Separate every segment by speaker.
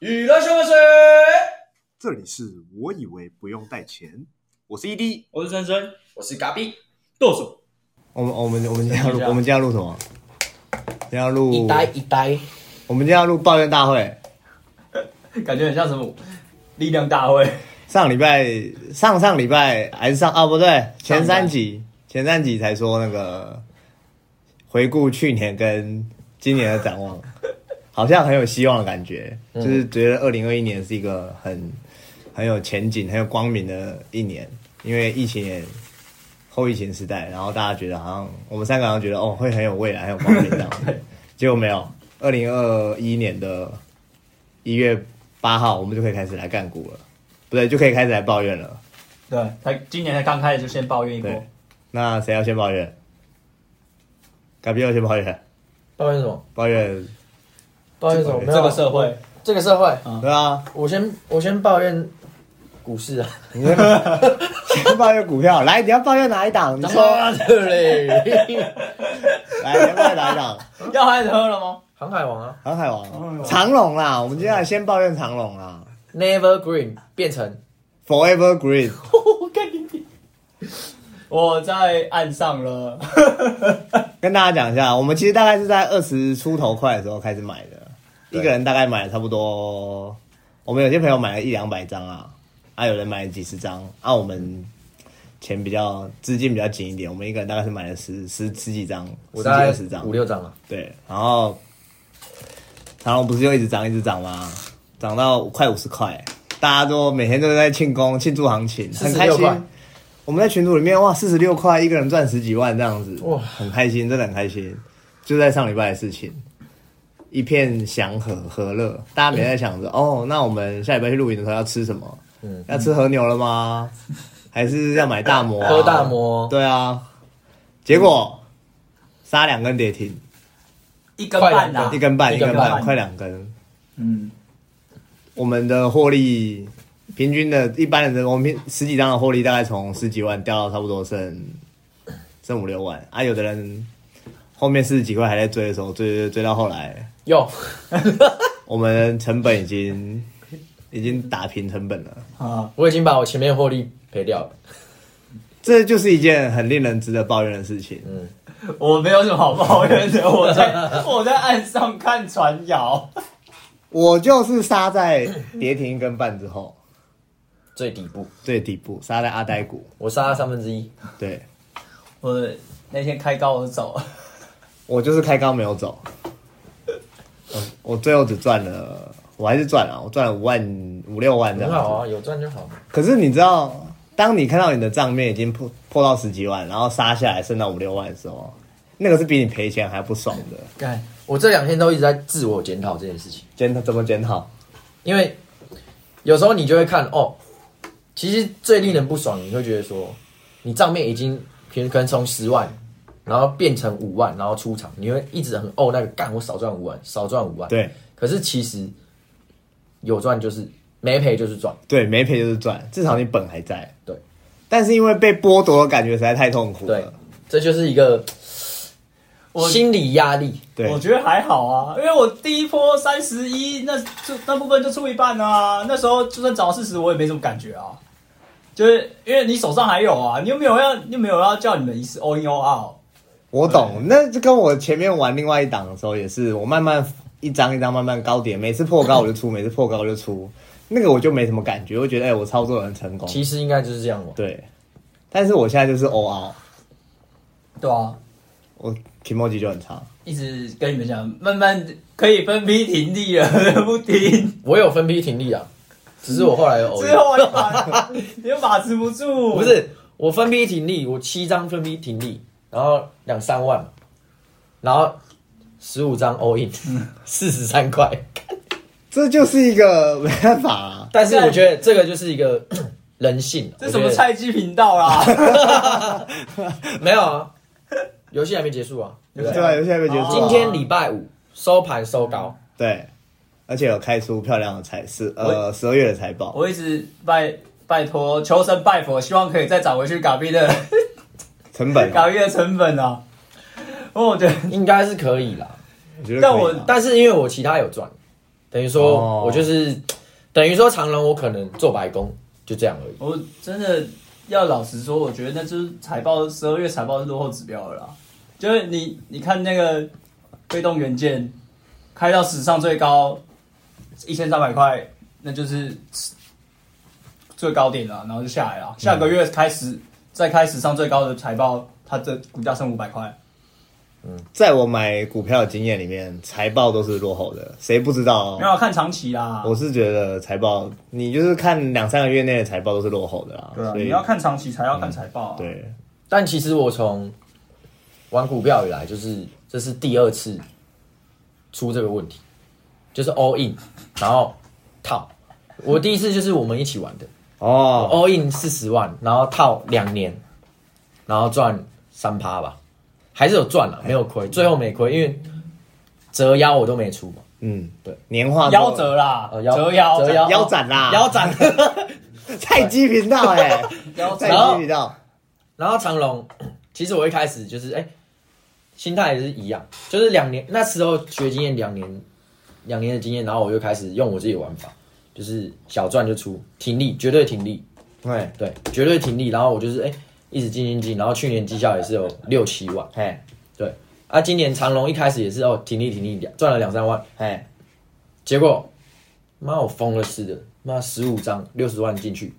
Speaker 1: 娱乐新闻水，
Speaker 2: 这里是我以为不用带钱，我是 E ED，
Speaker 1: 我是森森，
Speaker 3: 我是嘎比，
Speaker 1: 剁手。
Speaker 4: 我们我们我们今天要
Speaker 1: 等
Speaker 4: 录
Speaker 1: 一下
Speaker 4: 我们今天要录什么？今天要录
Speaker 3: 一呆一呆，
Speaker 4: 我们今天要录抱怨大会。
Speaker 1: 感觉很像什么力量大会。
Speaker 4: 上礼拜上上礼拜还是上啊不对前三集前三集才说那个回顾去年跟今年的展望，好像很有希望的感觉，就是觉得二零二一年是一个很很有前景、很有光明的一年，因为疫情也后疫情时代，然后大家觉得好像我们三个好像觉得哦会很有未来、很有光明这样，结果没有。二零二一年的一月八号，我们就可以开始来干股了，不对，就可以开始来抱怨了。
Speaker 1: 对，他今年才刚开始就先抱怨一波
Speaker 4: 对，那谁要先抱怨？改变要先抱怨，
Speaker 3: 抱怨什么？
Speaker 4: 抱怨
Speaker 3: 抱怨什么？
Speaker 4: 这个
Speaker 3: 没有
Speaker 1: 这
Speaker 3: 啊
Speaker 1: 个社会，
Speaker 3: 这个社会，
Speaker 4: 对啊，
Speaker 3: 我先我先抱怨股市啊，
Speaker 4: 你先先抱怨股票，来，你要抱怨哪一档？你 说，啊
Speaker 3: 妈的嘞，
Speaker 4: 来，你要抱怨哪一档？
Speaker 3: 嗯
Speaker 1: 要开始喝了吗？
Speaker 3: 航海王啊
Speaker 4: 航海王、长隆啦，我们接下来先抱怨长隆啦
Speaker 3: ，Never Green 变成
Speaker 4: ，Forever Green，
Speaker 1: 我跟你，我在岸上了。
Speaker 4: 跟大家讲一下，我们其实大概是在二十出头块的时候开始买的，一个人大概买了差不多，我们有些朋友买了一两百张啊，啊，有人买了几十张，啊，我们钱比较资金比较紧一点，我们一个人大概是买了十十十几张，十
Speaker 3: 我
Speaker 4: 几
Speaker 3: 大概
Speaker 4: 二十张
Speaker 3: 五，六张啊，
Speaker 4: 对，然后长隆不是就一直涨一直涨吗？涨到快五十块，大家都每天都在庆功庆祝行情，很开
Speaker 3: 46
Speaker 4: 心
Speaker 3: 块。
Speaker 4: 我们在群组里面哇，四十六块一个人赚十几万这样子，哇，
Speaker 3: 哇
Speaker 4: 很开心，真的很开心。就在上礼拜的事情，一片祥和和乐，大家每天在想着、 哦，那我们下礼拜去露营的时候要吃什么？
Speaker 3: 嗯
Speaker 4: 要吃和牛了吗？还是要买大魔、啊？
Speaker 3: 喝大魔
Speaker 4: 对啊，结果杀两根跌停。
Speaker 1: 一根半啦
Speaker 3: 快两，
Speaker 4: 一根啊半，一
Speaker 3: 一
Speaker 4: 根
Speaker 3: 根半
Speaker 4: 半，快两根。
Speaker 1: 嗯，
Speaker 4: 我们的获利平均的，一般人的我们平十几张的获利，大概从十几万掉到差不多剩剩五六万啊。有的人后面四十几块还在追的时候，追追追到后来，
Speaker 3: 哟，
Speaker 4: 我们成本已经已经打平成本了。
Speaker 1: 啊，
Speaker 3: 我已经把我前面获利赔掉了，
Speaker 4: 这就是一件很令人值得抱怨的事情。
Speaker 1: 我没有什么好抱怨 的，我在我在岸上看船摇。
Speaker 4: 我就是杀在跌停一根半之后，
Speaker 3: 最底部，
Speaker 4: 最底部杀在阿呆股，
Speaker 3: 我杀了三分之一，
Speaker 4: 对
Speaker 1: 我那天开高我就走了，
Speaker 4: 我就是开高没有走，嗯我我最后只赚了，我还是赚了，我赚了五万五六万这
Speaker 3: 很
Speaker 4: 样
Speaker 3: 好
Speaker 4: 子。
Speaker 3: 啊，有赚就好，
Speaker 4: 可是你知道，当你看到你的账面已经破破到十几万，然后杀下来剩到五六万的时候，那个是比你赔钱还不爽的。
Speaker 1: 干，
Speaker 3: 我这两天都一直在自我检讨这件事情。
Speaker 4: 检讨怎么检讨？
Speaker 3: 因为有时候你就会看哦，其实最令人不爽，你会觉得说，你账面已经可能可能从十万，然后变成五万，然后出场，你会一直很哦那个干，我少赚五万，少赚五万。。
Speaker 4: 对
Speaker 3: 可是其实有赚就是没赔就是赚，
Speaker 4: 对，没赔就是赚，至少你本还在。
Speaker 3: 对，
Speaker 4: 但是因为被剥夺的感觉实在太痛苦
Speaker 3: 对
Speaker 4: 了。，
Speaker 3: 这就是一个
Speaker 1: 我
Speaker 3: 心理压力。
Speaker 4: 对，
Speaker 1: 我觉得还好啊，因为我第一波三十一，那就那部分就出一半啊。那时候就算涨到四十，我也没什么感觉啊。就是因为你手上还有啊，你又没有要，你又没有要叫你们一次 all in all out。
Speaker 4: 我懂，那就跟我前面玩另外一档的时候也是，我慢慢一张一张慢慢高点，每次破高我就出，每次破高我就出， 那个我就没什么感觉，我觉得哎、我操作很成功。
Speaker 3: 其实应该就是这样嘛。
Speaker 4: 对，但是我现在就是 all out，
Speaker 1: 对啊，
Speaker 4: 我 i m o j i 就很差。
Speaker 1: 一直跟你们讲，慢慢可以分批停利 了，不停。
Speaker 3: 我有分批停利啊，只是我后来哦有偶遇
Speaker 1: 之后你把你又把持不住，
Speaker 3: 不是我分批停利，我七张分批停利，然后两三万，然后十五张 all in，四
Speaker 1: 嗯
Speaker 3: 十 三块。
Speaker 4: 这就是一个没办法、啊，
Speaker 3: 但是我觉得这个就是一个 人性，啊
Speaker 1: 这什么？菜鸡频道啊啦？
Speaker 3: 没有啊，游戏还没结 束啊。对不
Speaker 4: 对
Speaker 3: 对
Speaker 4: 吧？游戏还没结束啊、
Speaker 1: 哦
Speaker 3: 今天礼拜五收盘收高，
Speaker 4: 对，而且有开出漂亮的财是呃十二月的财报，
Speaker 1: 我一直拜拜托求神拜佛，希望可以再找回去嘎逼的
Speaker 4: 成 本、啊、
Speaker 1: 嘎逼的成本啊。哦因为我觉得
Speaker 3: 应该是可以啦。
Speaker 4: 我觉得可以啊，
Speaker 1: 但我
Speaker 3: 但是因为我其他有赚，等于说、
Speaker 4: 哦
Speaker 3: 我就是等于说长隆我可能做白工就这样而已。
Speaker 1: 我真的要老实说，我觉得那就是财报十二月财报是落后指标了啦。就是你你看那个被动元件开到史上最高一千三百块，那就是最高点了，然后就下来了。
Speaker 3: 嗯
Speaker 1: 下个月开始、再开史上最高的财报，它的股价升五百块。
Speaker 4: 在我买股票的经验里面，财报都是落后的，谁不知道
Speaker 3: 哦
Speaker 1: 没？有啊看长期啦，
Speaker 4: 我是觉得财报，你就是看两三个月内的财报都是落后的啦。
Speaker 1: 对啊，
Speaker 4: 所以
Speaker 1: 你要看长期才要看财报啊。
Speaker 3: 嗯
Speaker 4: 对，
Speaker 3: 但其实我从玩股票以来，就是这是第二次出这个问题，就是 all in，然后套。我第一次就是我们一起玩的
Speaker 4: 哦，
Speaker 3: all in 四十万，然后套两年，然后赚三趴吧，还是有赚了，没有亏，最后没亏，因为折腰我都没出嘛，
Speaker 4: 嗯，
Speaker 3: 对，
Speaker 4: 年化
Speaker 1: 夭折啦，
Speaker 3: 呃夭
Speaker 1: 折腰，
Speaker 3: 折腰
Speaker 4: 腰斩啦，
Speaker 3: 腰斩。
Speaker 4: 菜鸡频道哎，
Speaker 1: 腰
Speaker 4: 菜
Speaker 1: 斩
Speaker 3: 然后
Speaker 4: 鸡频道，
Speaker 3: 然后长隆，其实我一开始就是哎、心态也是一样，就是两年那时候学经验两年，两年的经验，然后我就开始用我自己的玩法，就是小赚就出，停利绝对停利，
Speaker 4: 对，
Speaker 3: 对，绝对停利。然后我就是哎、一直进进进，然后去年绩效也是有六七万，
Speaker 4: 嘿，
Speaker 3: 对，啊，今年长隆一开始也是哦停利停利两赚了两三万，
Speaker 4: 嘿，
Speaker 3: 结果妈我疯了似的，妈十五张六十万进去，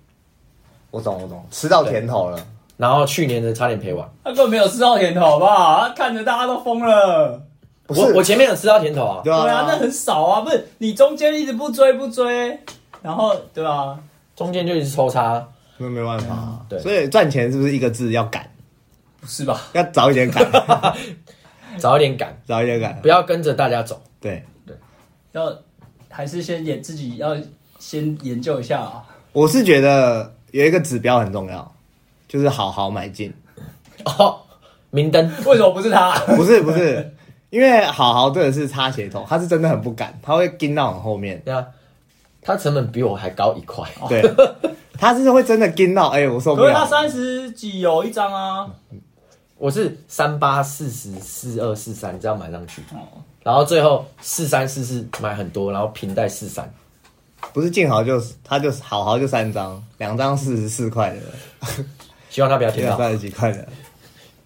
Speaker 4: 我懂我懂，吃到甜头了，
Speaker 3: 然后去年的差点赔完，
Speaker 1: 他根本没有吃到甜头，好不好？他看着大家都疯了。
Speaker 4: 不是
Speaker 3: 我我前面有吃到甜头啊，
Speaker 4: 对
Speaker 1: 对啊，那
Speaker 4: 啊，
Speaker 1: 很少啊，不是你中间一直不追不追，然后对啊，
Speaker 3: 中间就一直抽差。
Speaker 4: 那没办
Speaker 1: 嗯
Speaker 4: 法，啊
Speaker 3: 对
Speaker 4: 所以赚钱是不是一个字要赶，
Speaker 1: 不是吧？
Speaker 4: 要早一点赶，
Speaker 3: 早一点赶，
Speaker 4: 早一点赶
Speaker 3: 不，要跟着大家走。
Speaker 4: 对。
Speaker 1: 要还是先研自己要先研究一下啊。
Speaker 4: 我是觉得有一个指标很重要，就是好好买进。
Speaker 3: 哦，明灯
Speaker 1: 为什么不是 他？
Speaker 4: 不是不 是，因为好好真的是擦鞋头，他是真的很不敢，他会跟到很后面。
Speaker 3: 对啊，它成本比我还高一块。
Speaker 1: 哦
Speaker 4: 对，他是会真的跟到，哎、我受不
Speaker 1: 可是
Speaker 4: 了。
Speaker 1: 他三十几有一张啊，
Speaker 3: 我是三八四十四二四三这样买上去，
Speaker 1: 哦
Speaker 3: 然后最后四三四四买很多，然后平带四三，
Speaker 4: 不是进好就是，他就是好好就三张，两张四十四块的，
Speaker 3: 希望他不要听
Speaker 4: 两
Speaker 3: 到。
Speaker 1: 啊
Speaker 4: 三十几块的，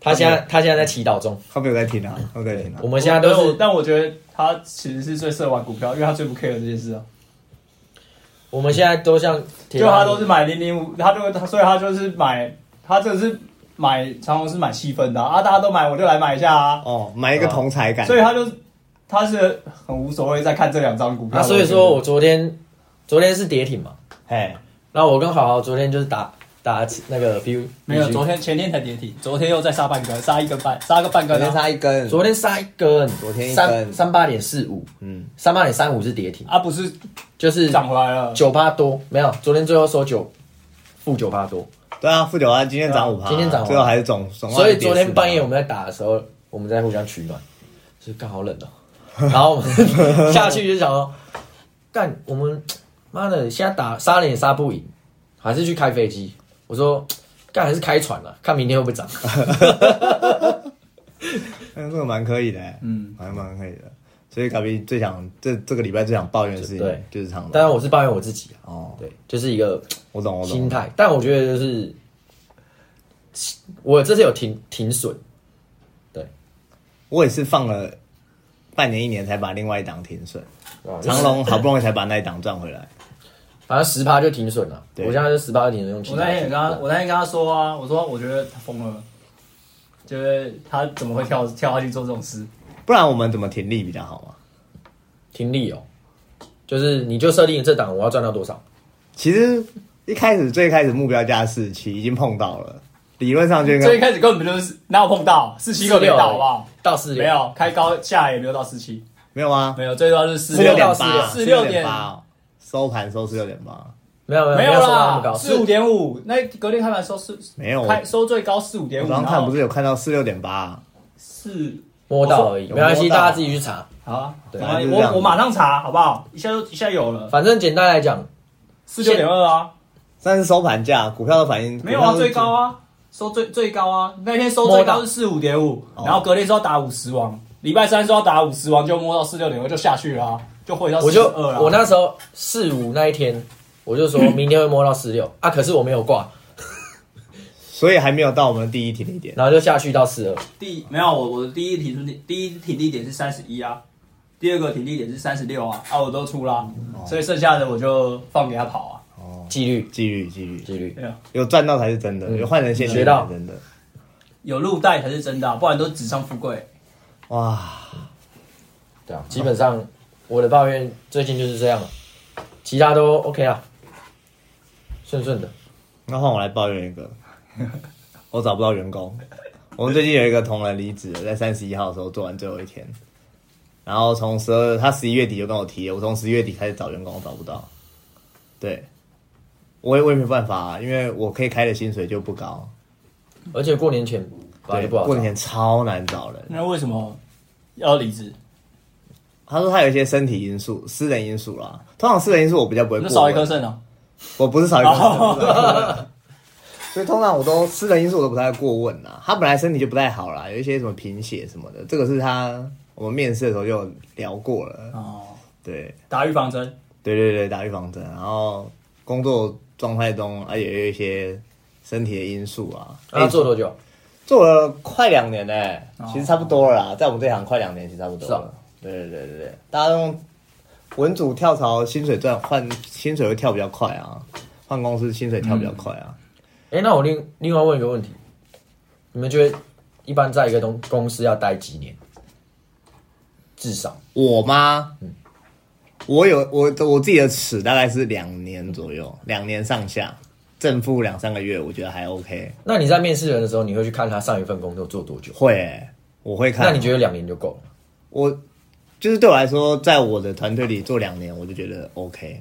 Speaker 3: 他现在他现在在祈祷中。
Speaker 4: 他没有在听啊，他没有在听啊
Speaker 3: 我。们现在都
Speaker 1: 但我
Speaker 3: 是
Speaker 1: 但我觉得他其实是最适合玩股票，因为他最不 care 这件事啊。
Speaker 3: 我们现在都像铁
Speaker 1: 就
Speaker 3: 达
Speaker 1: 他
Speaker 3: 尼
Speaker 1: 都是买零零五，他就他所以他就是买，他这个是买长虹是买气氛的啊，啊大家都买我就来买一下啊，
Speaker 4: 哦，买一个同财感，
Speaker 1: 所以他就他是很无所谓在看这两张股票。
Speaker 3: 啊，所以说我昨天昨天是跌停嘛，
Speaker 4: 哎，
Speaker 3: 然后我跟好好昨天就是打打那个 PU，
Speaker 1: 没有，昨天前天才跌停，昨天又再杀半根，杀一根半，杀个半
Speaker 4: 昨
Speaker 1: 根
Speaker 4: 天
Speaker 1: 啊！
Speaker 4: 差一根，
Speaker 3: 昨天杀一根，
Speaker 4: 昨天一
Speaker 3: 三
Speaker 4: 根
Speaker 3: 三八点四五，
Speaker 4: 嗯，
Speaker 3: 三八点三五是跌停，
Speaker 1: 啊，不是
Speaker 3: 就是
Speaker 1: 涨回来了，
Speaker 3: 九八多，没有，昨天最后收九负九八多，
Speaker 4: 对啊，负九啊，今天涨五趴，
Speaker 3: 今天涨五趴
Speaker 4: 最后还是总总。
Speaker 3: 所以昨天半夜我们在打的时候，我们在互相取暖，就是刚好冷哦、 然后我们下去就想说，干我们妈的，现在打杀人也杀不赢，还是去开飞机。我说干还是开船了、看明天会不会涨。
Speaker 4: 嗯，这个蛮可以的、嗯，还蛮可以的。所以嘎比最想这这个礼拜最想抱怨的事情，
Speaker 3: 对
Speaker 4: 就是长隆。
Speaker 3: 当然我是抱怨我自己啊，
Speaker 4: 哦，
Speaker 3: 对，就是一个
Speaker 4: 我哦懂，我
Speaker 3: 心
Speaker 4: 懂。
Speaker 3: 态，但我觉得就是我这次有停停损，
Speaker 4: 我也是放了半年一年才把另外一档停损，
Speaker 3: 长
Speaker 4: 长 隆好不容易才把那一档赚回来。
Speaker 3: 反正十趴就停损了。
Speaker 4: 对
Speaker 3: 我现在就十趴停损用其
Speaker 1: 我
Speaker 3: 他
Speaker 1: 那天也
Speaker 3: 去
Speaker 1: 跟他，我那天跟他说啊，我说我觉得他疯了，就是他怎么会跳跳下去做这种事？
Speaker 4: 不然我们怎么停利比较好嘛？
Speaker 3: 停利哦，就是你就设定这档我要赚到多少，
Speaker 4: 其实一开始最开始目标价四七已经碰到了，理论上就应该
Speaker 1: 最一开始根本就是哪有碰到四七个没
Speaker 3: 46
Speaker 1: 到，好不好？
Speaker 3: 到四
Speaker 1: 没有开高下也没有到四七，
Speaker 4: 没有吗？
Speaker 1: 没有最多就是四
Speaker 4: 四
Speaker 1: 六
Speaker 4: 六
Speaker 3: 到
Speaker 4: 点
Speaker 3: 46
Speaker 4: 八，
Speaker 1: 四六点
Speaker 4: 八哦，收盘收四六点八，
Speaker 3: 没有没有
Speaker 1: 没
Speaker 3: 没
Speaker 1: 有
Speaker 3: 有收到那么
Speaker 1: 啦，
Speaker 3: 高，
Speaker 1: 四五点五。那隔天开盘收四，
Speaker 4: 没有。我
Speaker 1: 开收最高四五点
Speaker 4: 我
Speaker 1: 五，
Speaker 4: 早上
Speaker 1: 然
Speaker 4: 看
Speaker 1: 后
Speaker 4: 不是有看到四六点八，
Speaker 1: 四
Speaker 3: 摸到而已，
Speaker 4: 有
Speaker 3: 没关系，
Speaker 4: 摸到
Speaker 3: 大家自己去查。
Speaker 1: 好啊，
Speaker 3: 对
Speaker 1: 好啊
Speaker 4: 反正就是这样
Speaker 1: 我我马上查好不好？一下就一下有了
Speaker 3: 反正简单来讲，
Speaker 1: 四六点二啊。
Speaker 4: 但是收盘价股票的反应
Speaker 1: 没有
Speaker 4: 股票
Speaker 1: 啊，
Speaker 4: 是
Speaker 1: 最高啊，收最最高啊，那天收最高是四五哦点五，然后隔天说要打五十王，礼拜三说要打五十王，就摸到四六点二就下去了、啊，就回到
Speaker 3: 我就
Speaker 1: 二了。
Speaker 3: 我那时候四五那一天，我就说明天会摸到四六啊，可是我没有挂，
Speaker 4: 所以还没有到我们第一题的一点。
Speaker 3: 然后就下去到四二，
Speaker 1: 第没有我我的第一停地第一停地点是三十一啊，第二个停地点是三十六啊，啊我都出啦，所以剩下的我就放给他跑啊。
Speaker 3: 纪律
Speaker 4: 纪律，纪律，
Speaker 3: 纪律
Speaker 1: 对啊，
Speaker 4: 有赚到才是真的，
Speaker 1: 嗯
Speaker 4: 有换人现金
Speaker 3: 学到
Speaker 4: 才是真的。
Speaker 1: 有入袋才是真的啊、不然都纸上富贵。
Speaker 4: 哇，
Speaker 3: 对啊，基本上我的抱怨最近就是这样了，其他都 OK 啊，顺顺的。
Speaker 4: 那换我来抱怨一个， 我找不到员工。我们最近有一个同仁离职了，在三十一号的时候做完最后一天，然后从十二他十一月底就跟我提了，我从十一月底开始找员工，我找不到。对，我也我也没办法、啊，因为我可以开的薪水就不高，
Speaker 3: 而且过年前
Speaker 4: 对，
Speaker 3: 本来啊就不好找
Speaker 4: 过年超难找人。
Speaker 1: 那为什么要离职？
Speaker 4: 他说他有一些身体因素、私人因素啦，通常私人因素我比较不会
Speaker 1: 就
Speaker 4: 过
Speaker 1: 少一颗
Speaker 4: 问
Speaker 1: 肾啊？
Speaker 4: 我不是少一颗
Speaker 1: 哦
Speaker 4: 肾不是少一颗肾， 所以通常我都私人因素我都不太过问啦。他本来身体就不太好啦，有一些什么贫血什么的，这个是他我们面试的时候就有聊过了。
Speaker 1: 哦，
Speaker 4: 对
Speaker 1: 打预防针。
Speaker 4: 对对对，打预防针，啊然后工作状态中啊也有一些身体的因素啊。
Speaker 3: 那他做多久？
Speaker 4: 做了快两年嘞、其实差不多了啦，在我们这行快两年，其实差不多
Speaker 3: 是啊
Speaker 4: 了。对对对对对，大家都用文组跳槽，薪水赚换薪水会跳比较快啊，换公司薪水跳比较快啊。
Speaker 3: 哎、那我另另外问一个问题，你们觉得一般在一个东公司要待几年？至少
Speaker 4: 我吗？嗯我有我我自己的尺大概是两年左右，
Speaker 3: 嗯
Speaker 4: 两年上下，正负两三个月，我觉得还 OK。
Speaker 3: 那你在面试人的时候，你会去看他上一份工作做多久？
Speaker 4: 会欸、我会看。
Speaker 3: 那你觉得两年就够了？
Speaker 4: 我就是对我来说，在我的团队里做两年，我就觉得 OK。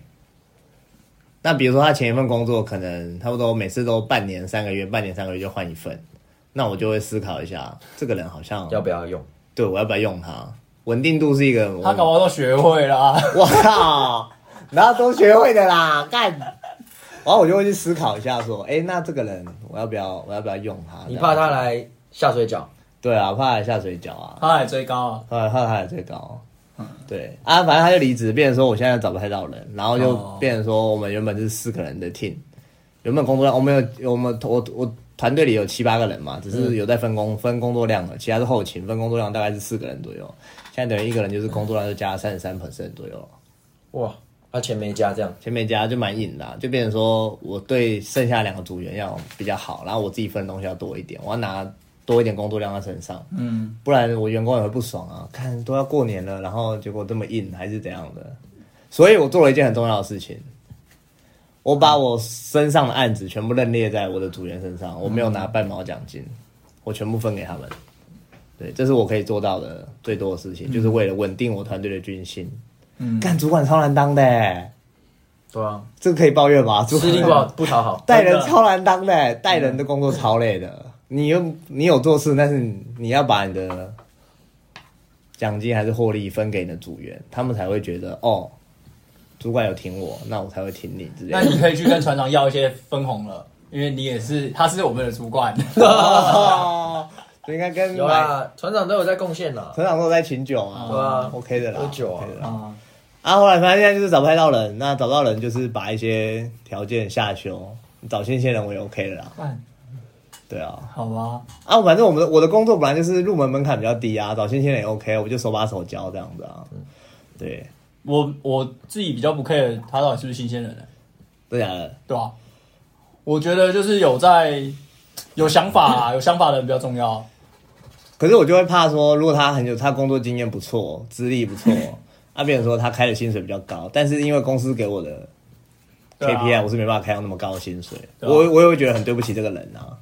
Speaker 4: 那比如说他前一份工作，可能差不多每次都半年、三个月，半年、三个月就换一份，那我就会思考一下，这个人好像
Speaker 3: 要不要用？
Speaker 4: 对我要不要用他？稳定度是一个我，
Speaker 1: 他搞不好都学会啊啦、
Speaker 4: 我靠，然后都学会的啦，干。然后我就会去思考一下，说，哎、那这个人我要不要，我要不要用他？
Speaker 3: 你怕他？来下水饺？
Speaker 4: 对啊，怕他下水饺啊。
Speaker 1: 他还追高啊。
Speaker 4: 后来后来他也最高。啊
Speaker 3: 嗯
Speaker 4: 对啊，反正他就离职，变成说我现在找不太到人，然后就
Speaker 1: 哦
Speaker 4: 变成说我们原本是四个人的 team，原本工作量我们有我们我我团队里有七八个人嘛，只
Speaker 3: 嗯
Speaker 4: 是有在分工分工作量了，其他是后勤分工作量大概是四个人左右，现在等于一个人就是工作量就加三十三 percent 左右，
Speaker 3: 哇，他钱没加这样，
Speaker 4: 前面加就蛮硬的啊、就变成说我对剩下两个组员要比较好，然后我自己分的东西要多一点，我要拿多一点工作量在身上，
Speaker 1: 嗯，
Speaker 4: 不然我员工也会不爽啊。看都要过年了，然后结果这么硬，还是怎样的？所以我做了一件很重要的事情，我把我身上的案子全部认列在我的组员身
Speaker 1: 嗯
Speaker 4: 上，我没有拿半毛奖金，我全部分给他们。对，这是我可以做到的最多的事情，就是为了稳定我团队的军心。
Speaker 1: 嗯
Speaker 4: 干主管超难当的、欸，
Speaker 3: 对啊，
Speaker 4: 这个可以抱怨吧？主
Speaker 3: 吃
Speaker 4: 管
Speaker 3: 力不好不讨好。
Speaker 4: 带人超难当的、带人的工作超累的。你又你有做事，但是你你要把你的奖金还是获利分给你的组员，他们才会觉得哦，主管有听我，那我才会听你之类
Speaker 1: 那
Speaker 4: 的。
Speaker 1: 你可以去跟船长要一些分红了，因为你也是，他是我们的主 管。啊
Speaker 4: 哦，就应该跟
Speaker 3: 啊有
Speaker 4: 买
Speaker 3: 啦，船长都有在贡献啦。
Speaker 4: 成长都在请酒啊，
Speaker 3: 对啊
Speaker 4: ，OK 的啦
Speaker 3: 喝酒啊
Speaker 4: OK 的啦
Speaker 1: 啊，
Speaker 4: 啊，后来反正现在就是找不太到人，那找不到人就是把一些条件下修，找新鲜人我也 OK 的啦，
Speaker 1: 干
Speaker 4: 对啊。
Speaker 1: 好吧，
Speaker 4: 啊，反正我们的我的工作本来就是入门门槛比较低啊，找新鲜人也 OK，我就手把手教这样子啊。对，
Speaker 1: 我我自己比较不 care 他到底是不是新鲜人、欸，
Speaker 4: 真假的？
Speaker 1: 对吧、我觉得就是有在有想法啊、有想法的人比较重要。
Speaker 4: 可是我就会怕说，如果他很有他工作经验不错，资历 不错，啊，别人说他开的薪水比较高，但是因为公司给我的
Speaker 1: 对啊
Speaker 4: KPI，、我是没办法开到那么高的薪水，
Speaker 1: 对啊
Speaker 4: 我我也会觉得很对不起这个人啊。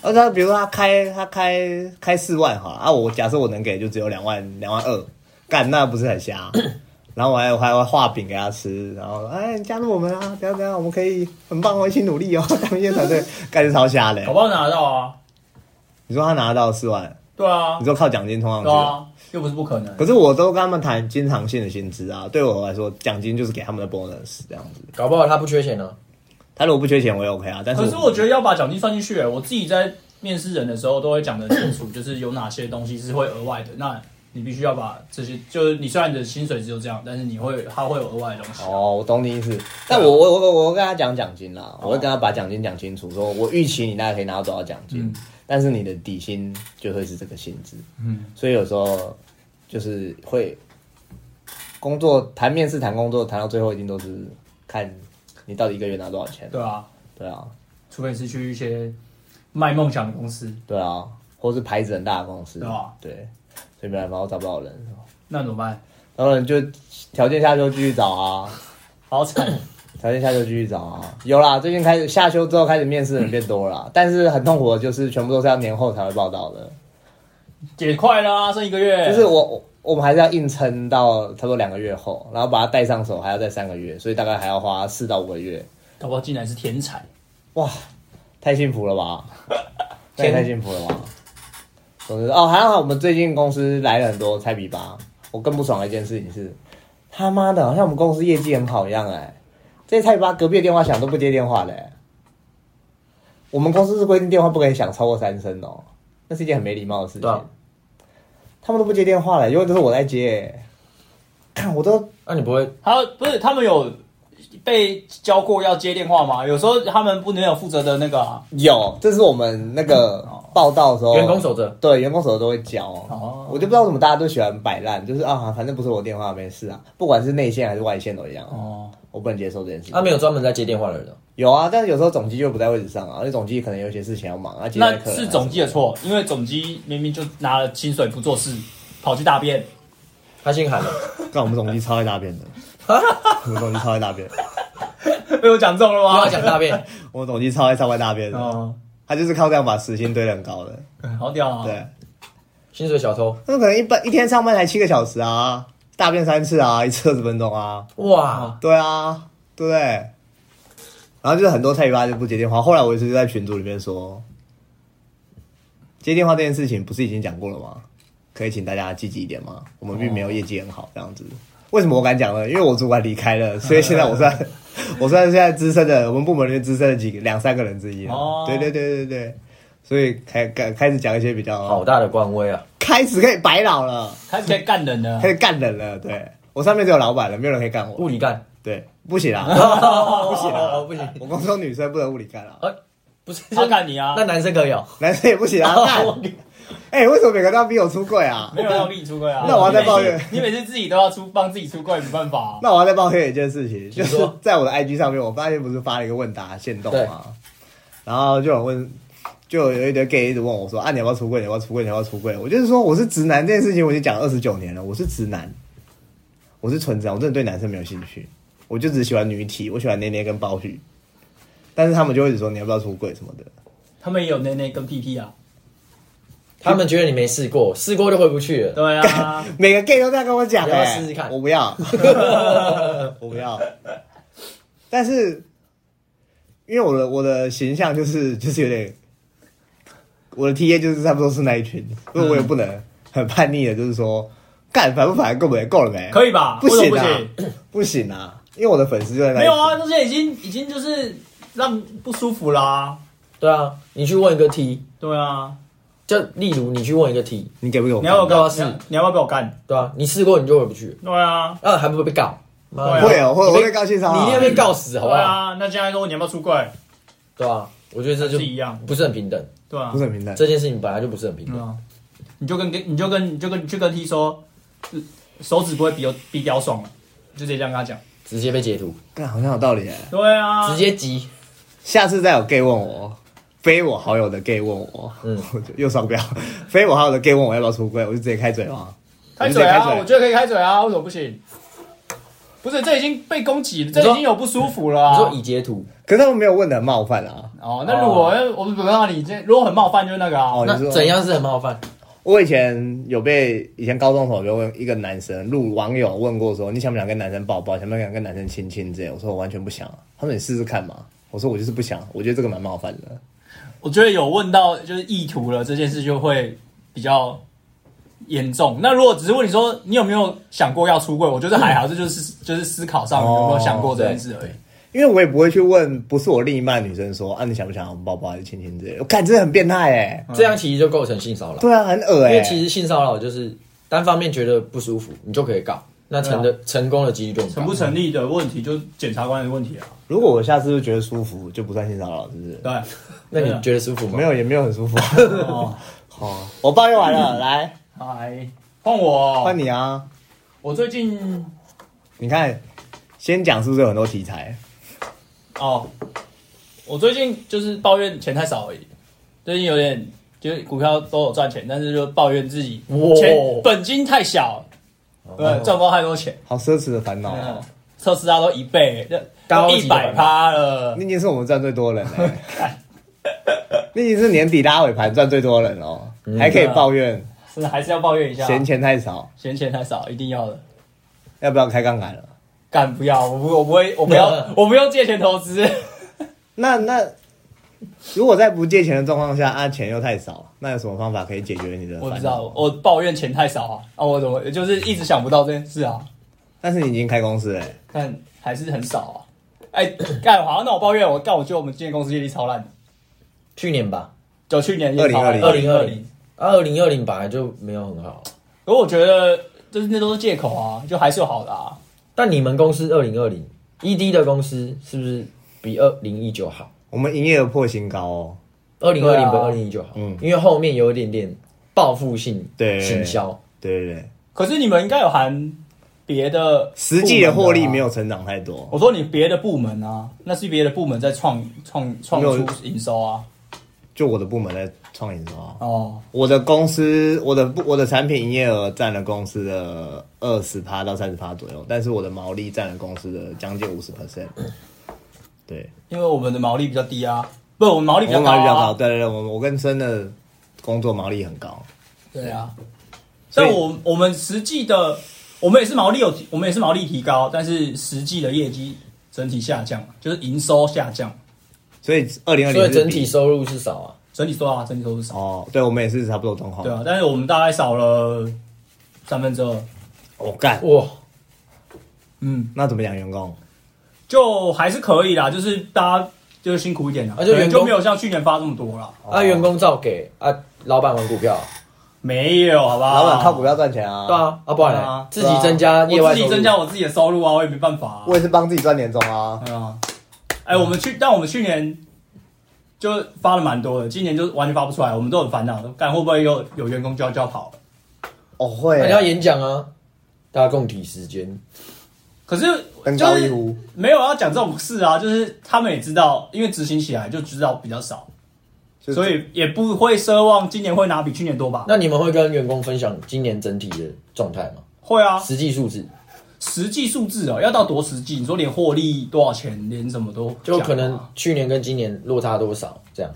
Speaker 4: 而且他比如说他开他开开四万好了啊，我假设我能给就只有两万两万二，干那不是很 瞎？然后我还我还会画饼给他吃，然后哎你加入我们啊，怎样怎样，我们可以很棒哦，一起努力哦， 他们一些团队干是超瞎的
Speaker 1: 搞。不好拿得到啊，
Speaker 4: 你说他拿到四万，
Speaker 1: 对啊
Speaker 4: 你，说靠奖金冲上去
Speaker 1: 对，啊，又不是不可能。
Speaker 4: 可是我都跟他们谈经常性的薪资啊，对我来说奖金就是给他们的 bonus 这样子。
Speaker 3: 搞不好他不缺钱啊呢。
Speaker 4: 他如果不缺钱我也 OK 啊，但是
Speaker 1: 可是我觉得要把奖金算 进去、欸，我自己在面试人的时候都会讲得很清楚，就是有哪些东西是会额外的，那你必须要把这些，就是你虽然你的薪水只有这样，但是你会它会有额外的东西。
Speaker 4: 哦，我懂你意思。但我
Speaker 1: 啊
Speaker 4: 我我我会跟他讲奖金啦，
Speaker 1: 哦
Speaker 4: 我会跟他把奖金讲清楚，说我预期你大概可以拿到多少奖金，
Speaker 1: 嗯
Speaker 4: 但是你的底薪就会是这个薪资。
Speaker 1: 嗯，
Speaker 4: 所以有时候就是会工作谈面试谈工作，谈到最后一定都是看你到底一个月拿多少钱。
Speaker 1: 对啊，
Speaker 4: 对啊，
Speaker 1: 除非是去一些卖梦想的公司，
Speaker 4: 对啊，或是牌子很大的公司。
Speaker 1: 对啊
Speaker 4: 对所以没办法，我找不到人，
Speaker 1: 那怎么办？
Speaker 4: 然后人就条件下就继续找啊。
Speaker 1: 好惨，
Speaker 4: 条件下就继续找啊，有啦，最近开始下修之后开始面试的人变多了
Speaker 1: 嗯
Speaker 4: 啦，但是很痛苦的就是全部都是要年后才会报道的，
Speaker 1: 也快了啊，剩一个月。
Speaker 4: 就是我我我们还是要硬撑到差不多两个月后，然后把它带上手还要再三个月，所以大概还要花四到五个月，
Speaker 1: 搞不好进来是天才，
Speaker 4: 哇，太幸福了 吧，这也太幸福了吧。总之哦，还好我们最近公司来了很多菜比吧，我更不爽的一件事情是，他妈的，好像我们公司业绩很好一样哎、这些菜比吧隔壁的电话响都不接电话嘞、我们公司是规定电话不可以响超过三声哦，那是一件很没礼貌的事情。
Speaker 3: 对啊
Speaker 4: 他们都不接电话了，因为都是我在接、欸。看我都
Speaker 3: 那你不会
Speaker 1: 他不是他们有被教过要接电话吗？有时候他们不能有负责的那个、啊、
Speaker 4: 有，这是我们那个报道的时候，
Speaker 3: 嗯员工守则？
Speaker 4: 对，员工手都会教。
Speaker 1: 哦
Speaker 4: 我就不知道为什么大家都喜欢摆烂，就是啊，反正不是我电话，没事啊。不管是内线还是外线都一样，啊
Speaker 1: 哦，
Speaker 4: 我不能接受这件事。
Speaker 3: 他没有专门在接电话的人哦。
Speaker 4: 有啊，但是有时候总机就不在位置上啊，因为总机可能有一些事情要忙啊。接待
Speaker 1: 那
Speaker 4: 客人啊
Speaker 1: 是总机的错，因为总机明明就拿了薪水不做事，跑去大 便。
Speaker 3: 他姓韩的，
Speaker 4: 干我们总机超爱大 便的，我们总机超爱大便，
Speaker 1: 被我讲中了
Speaker 3: 又
Speaker 1: 吗
Speaker 3: 要？讲大便，
Speaker 4: 我们总机超爱超爱大便的，
Speaker 1: 哦，
Speaker 4: 他就是靠这样把时薪堆得很高的。
Speaker 1: 好屌啊！
Speaker 4: 对，
Speaker 3: 薪水小偷，
Speaker 4: 他们可能一般一天上班才七个小时啊，大便三次啊，一次二十分钟啊。
Speaker 3: 哇，
Speaker 4: 对啊，对不对？然后就是很多菜鱼吧就不接电话。后来我一直在群组里面说，接电话这件事情不是已经讲过了吗？可以请大家积极一点吗？我们并没有业绩很好这样子。为什么我敢讲呢？因为我主管离开了，所以现在我
Speaker 3: 哦
Speaker 4: 算 我算是现在资深的我们部门里面资深的几个两三个人之一了。
Speaker 1: 哦
Speaker 4: 对对对对对，所以开开开始讲一些比较
Speaker 3: 好大的哦官威啊！
Speaker 4: 开始可以白老了，
Speaker 1: 开始可以干人了
Speaker 4: 开。始干人了。对我上面只有老板了，没有人可以干我。
Speaker 3: 物理干，
Speaker 4: 对，不行啦。
Speaker 3: 不
Speaker 4: 行啊
Speaker 3: 不行，
Speaker 4: 我刚说女生不能物理干啊，
Speaker 3: 呃，不是
Speaker 1: 他干你啊
Speaker 3: 那男生可以哦。
Speaker 4: 男生也不行啊。干哎、为什么每个人都要逼我出柜啊
Speaker 1: 没？有人要逼你出柜啊！
Speaker 4: 那我要再抱怨
Speaker 1: 你每次，你每次自己都要出帮自己出柜，没办法啊、
Speaker 4: 那我要再抱怨一件事情，就是
Speaker 3: 说
Speaker 4: 在我的 IG 上面，我发现不是发了一个问答限动
Speaker 3: 对
Speaker 4: 吗？然后就有人问，就有一堆 gay 一直问我说：“啊，你要不要出柜？你要不要出柜？你要不要出柜？”我就是说，我是直男这件事情，我已经讲了二十九年了，我是直男，我是纯直男，我真的对男生没有兴趣，我就只喜欢女体，我喜欢捏捏跟包皮。但是他们就会一直说你要不要出柜什么的，
Speaker 1: 他们也有内内跟屁屁啊。
Speaker 3: 他们觉得你没试过，试过就回不去了。
Speaker 1: 对啊，
Speaker 4: 每个 gay 都这样跟我讲、
Speaker 3: 你要不要
Speaker 4: 哎
Speaker 3: 试试看
Speaker 4: 我不要， 我不要。但是，因为我的我的形象就是就是有点，我的 T A 就是差不多是那一群，所以我也不
Speaker 1: 嗯
Speaker 4: 能很叛逆的，就是说干反不反够没够了没？
Speaker 1: 可以吧？
Speaker 4: 不行
Speaker 1: 为
Speaker 4: 啊
Speaker 1: 什么不行，
Speaker 4: 不行啊，因为我的粉丝就在那里。
Speaker 1: 没有啊，，那些已经已经就是让不舒服啦、
Speaker 3: 对啊，你去问一个 T，
Speaker 1: 对啊，
Speaker 3: 就例如你去问一个 T，
Speaker 4: 你给不给我
Speaker 1: 你
Speaker 4: 看？
Speaker 1: 要不要
Speaker 3: 那
Speaker 1: 跟
Speaker 3: 是
Speaker 1: 我你要不要跟我干？
Speaker 3: 对啊，你试过你就回不去了，
Speaker 1: 对啊，
Speaker 3: 啊，还不会被告？妈的
Speaker 1: 对
Speaker 4: 会哦，会
Speaker 3: 你
Speaker 4: 我
Speaker 3: 被
Speaker 4: 会高兴上
Speaker 3: 你一定会被告死，好
Speaker 1: 对
Speaker 3: 不好？
Speaker 1: 啊，那现在跟我你要不要出柜？
Speaker 3: 对啊，我觉得这就是
Speaker 1: 一样
Speaker 3: 不是很平等。
Speaker 1: 对啊
Speaker 4: 不，是很平等。
Speaker 3: 这件事情本来就不是很平
Speaker 1: 嗯
Speaker 3: 等。
Speaker 1: 啊，你就跟跟你就跟你就跟你就跟 T 说，手指不会比我比屌爽了，就直接这样跟他讲。
Speaker 3: 直接被截图，
Speaker 4: 干好像有道理哎、
Speaker 1: 对啊，
Speaker 3: 直接急，
Speaker 4: 下次再有 gay 问我，非我好友的 gay 问我，
Speaker 3: 嗯
Speaker 4: 嗯， 我就又双标，非我好友的 gay 问我要不要出柜，我就直接开嘴嘛。
Speaker 1: 开嘴
Speaker 4: 我就直接开
Speaker 1: 啊！
Speaker 4: 嘴
Speaker 1: 我觉得可以开嘴啊，为什么不行？不是，这已经被攻击了，这
Speaker 3: 说
Speaker 1: 已经有不舒服了、
Speaker 3: 你
Speaker 1: 啊
Speaker 3: 说。已截图，
Speaker 4: 可是他们没有问的很冒犯啊。
Speaker 1: 哦，那如果、我不知道你这，如果很冒犯，就是那个啊。
Speaker 4: 哦，
Speaker 3: 那
Speaker 4: 你说
Speaker 3: 怎？样是很冒犯？
Speaker 4: 我以前有被以前高中的时候有问一个男生，路网友问过说你想不想跟男生抱抱，想不想跟男生亲亲之类的。我说我完全不想啊。他说你试试看嘛。我说我就是不想，我觉得这个蛮冒犯的。
Speaker 1: 我觉得有问到就是意图了，这件事就会比较严重。那如果只是问你说你有没有想过要出柜，我觉得还好，这就是就是思考上有没有想过这件事而已。
Speaker 4: 因为我也不会去问不是我另一半的女生说啊你想不想要抱抱还是亲
Speaker 1: 嗯
Speaker 4: 亲之类的。我看真的很变态哎、
Speaker 3: 这样其实就构成性骚扰，
Speaker 4: 对啊，很恶哎、
Speaker 3: 因为其实性骚扰就是单方面觉得不舒服，你就可以告，那成的、成功的几率就很高
Speaker 1: 啊成不成立的问题，就是检察官的问题啊。
Speaker 4: 如果我下次就觉得舒服，就不算性骚扰，是不是？
Speaker 1: 对，
Speaker 3: 那
Speaker 1: 对啊
Speaker 3: 你觉得舒服吗？
Speaker 4: 没有，也没有很舒服。
Speaker 1: 哦，
Speaker 4: 哦，我抱怨完 了，来
Speaker 1: 嗨，哎换我，哦
Speaker 4: 换。你啊！
Speaker 1: 我最近
Speaker 4: 你看，先讲是不是有很多题材？
Speaker 1: 哦，我最近就是抱怨钱太少而已，最近有点就是股票都有赚钱，但是就抱怨自己
Speaker 3: 哇
Speaker 1: 钱本金太小，对，赚不到太多钱。
Speaker 4: 好奢侈的烦恼哦。
Speaker 1: 嗯特斯拉都一倍，
Speaker 3: 高
Speaker 1: 都
Speaker 3: 级
Speaker 1: 一百
Speaker 3: 版
Speaker 1: 趴了。
Speaker 4: 那年是我们赚最多人、 欸，那年是年底拉尾盘赚最多人哦，
Speaker 1: 嗯
Speaker 4: 还可以抱怨
Speaker 1: 是还是要抱怨一下，啊
Speaker 4: 嫌钱太少，
Speaker 1: 嫌钱太少，一定要的。
Speaker 4: 要不要开杠杆了？
Speaker 1: 干不要，我不我不会，我不要，我不用借钱投资。
Speaker 4: 那那如果在不借钱的状况下，啊钱又太少，那有什么方法可以解决你的
Speaker 1: 我不
Speaker 4: 烦
Speaker 1: 知
Speaker 4: 恼
Speaker 1: 道，
Speaker 4: 吗？
Speaker 1: 我抱怨钱太少啊啊！我怎么就是一直想不到这件事啊？
Speaker 4: 但是你已经开公司了欸、
Speaker 1: 但还是很少啊。哎、 干好，那我抱怨，我干，我觉得我们今天公司业绩超烂的，
Speaker 3: 去年吧，
Speaker 1: 就去年业绩超烂，
Speaker 4: 2020
Speaker 1: 零二零。
Speaker 3: 二零二零本来就没有很好，
Speaker 1: 可我觉得就是那都是借口啊，就还是有好的啊。
Speaker 3: 但你们公司二零二零 ED 的公司是不是比二零一九好？
Speaker 4: 我们营业额破新高哦，
Speaker 3: 二零二
Speaker 1: 对
Speaker 3: 零
Speaker 1: 啊
Speaker 3: 比二零一九好，
Speaker 4: 嗯
Speaker 3: 因为后面有一点点报复性
Speaker 4: 对
Speaker 3: 行销，
Speaker 4: 对对对，
Speaker 1: 可是你们应该有含别的
Speaker 4: 实际的获利没
Speaker 1: 有。
Speaker 4: 有成长太多，
Speaker 1: 我说你别的部门啊，那是别的部门在创创创
Speaker 4: 没有
Speaker 1: 出营收啊。
Speaker 4: 就我的部门在创营收啊。
Speaker 1: 哦，
Speaker 4: 我的公司，我的不，我的产品营业额占了公司的二十趴到三十趴左右，但是我的毛利占了公司的将近五十 percent。对，
Speaker 1: 因为我们的毛利比较低啊，不，我们毛利
Speaker 4: 我
Speaker 1: 比较
Speaker 4: 们
Speaker 1: 高、
Speaker 4: 毛
Speaker 1: 啊。
Speaker 4: 利比较高，对对对，我我跟生的工作毛利很高，
Speaker 1: 对啊，
Speaker 4: 所以
Speaker 1: 但我我们实际的，我们也是毛利有，我们也是毛利提高，但是实际的业绩整体下降，就是营收下降。
Speaker 4: 所以二零二
Speaker 3: 所以
Speaker 4: 零
Speaker 3: 整体收入是少啊。
Speaker 1: 整体多少？整体都是少。
Speaker 4: 哦，对我们也是差不多状况。
Speaker 1: 对啊，但是我们大概少了三分之二。
Speaker 4: 我干，
Speaker 3: 哇，
Speaker 1: 嗯，
Speaker 4: 那怎么养员工？
Speaker 1: 就还是可以啦，就是大家就是辛苦一点啦，
Speaker 3: 啊就员工
Speaker 1: 可能就没有像去年发这么多啦。
Speaker 3: 啊，员工照给啊，老板玩股票啊，
Speaker 1: 没有，好吧？
Speaker 4: 老板靠股票赚钱啊，
Speaker 3: 对，啊，啊不然
Speaker 1: 对啊
Speaker 3: 呢自己增加业
Speaker 1: 我
Speaker 3: 外
Speaker 1: 自
Speaker 3: 收
Speaker 1: 己
Speaker 3: 入
Speaker 1: 增加我自己的收入啊，我也没办法、啊。
Speaker 4: 我也是帮自己赚年终啊。
Speaker 1: 对啊，哎、我们去，但我们去年就发了蛮多的，今年就完全发不出来，我们都很烦恼，看会不会有有员工就要就要跑了。
Speaker 4: 哦，会
Speaker 3: 那你
Speaker 4: 啊
Speaker 3: 要，演讲啊，大家共体时间，
Speaker 1: 可是
Speaker 4: 登
Speaker 1: 就
Speaker 4: 高一
Speaker 1: 是
Speaker 4: 呼，
Speaker 1: 没有要讲这种事啊，就是他们也知道，因为执行起来就知道比较少，
Speaker 4: 就是
Speaker 1: 所以也不会奢望今年会拿比去年多吧？
Speaker 3: 那你们会跟员工分享今年整体的状态吗？
Speaker 1: 会啊，
Speaker 3: 实际数字
Speaker 1: 实际数字哦，要到多实际？你说连获利多少钱，连什么都
Speaker 3: 就
Speaker 1: 讲
Speaker 3: 可
Speaker 1: 啊
Speaker 3: 能去年跟今年落差多少这样。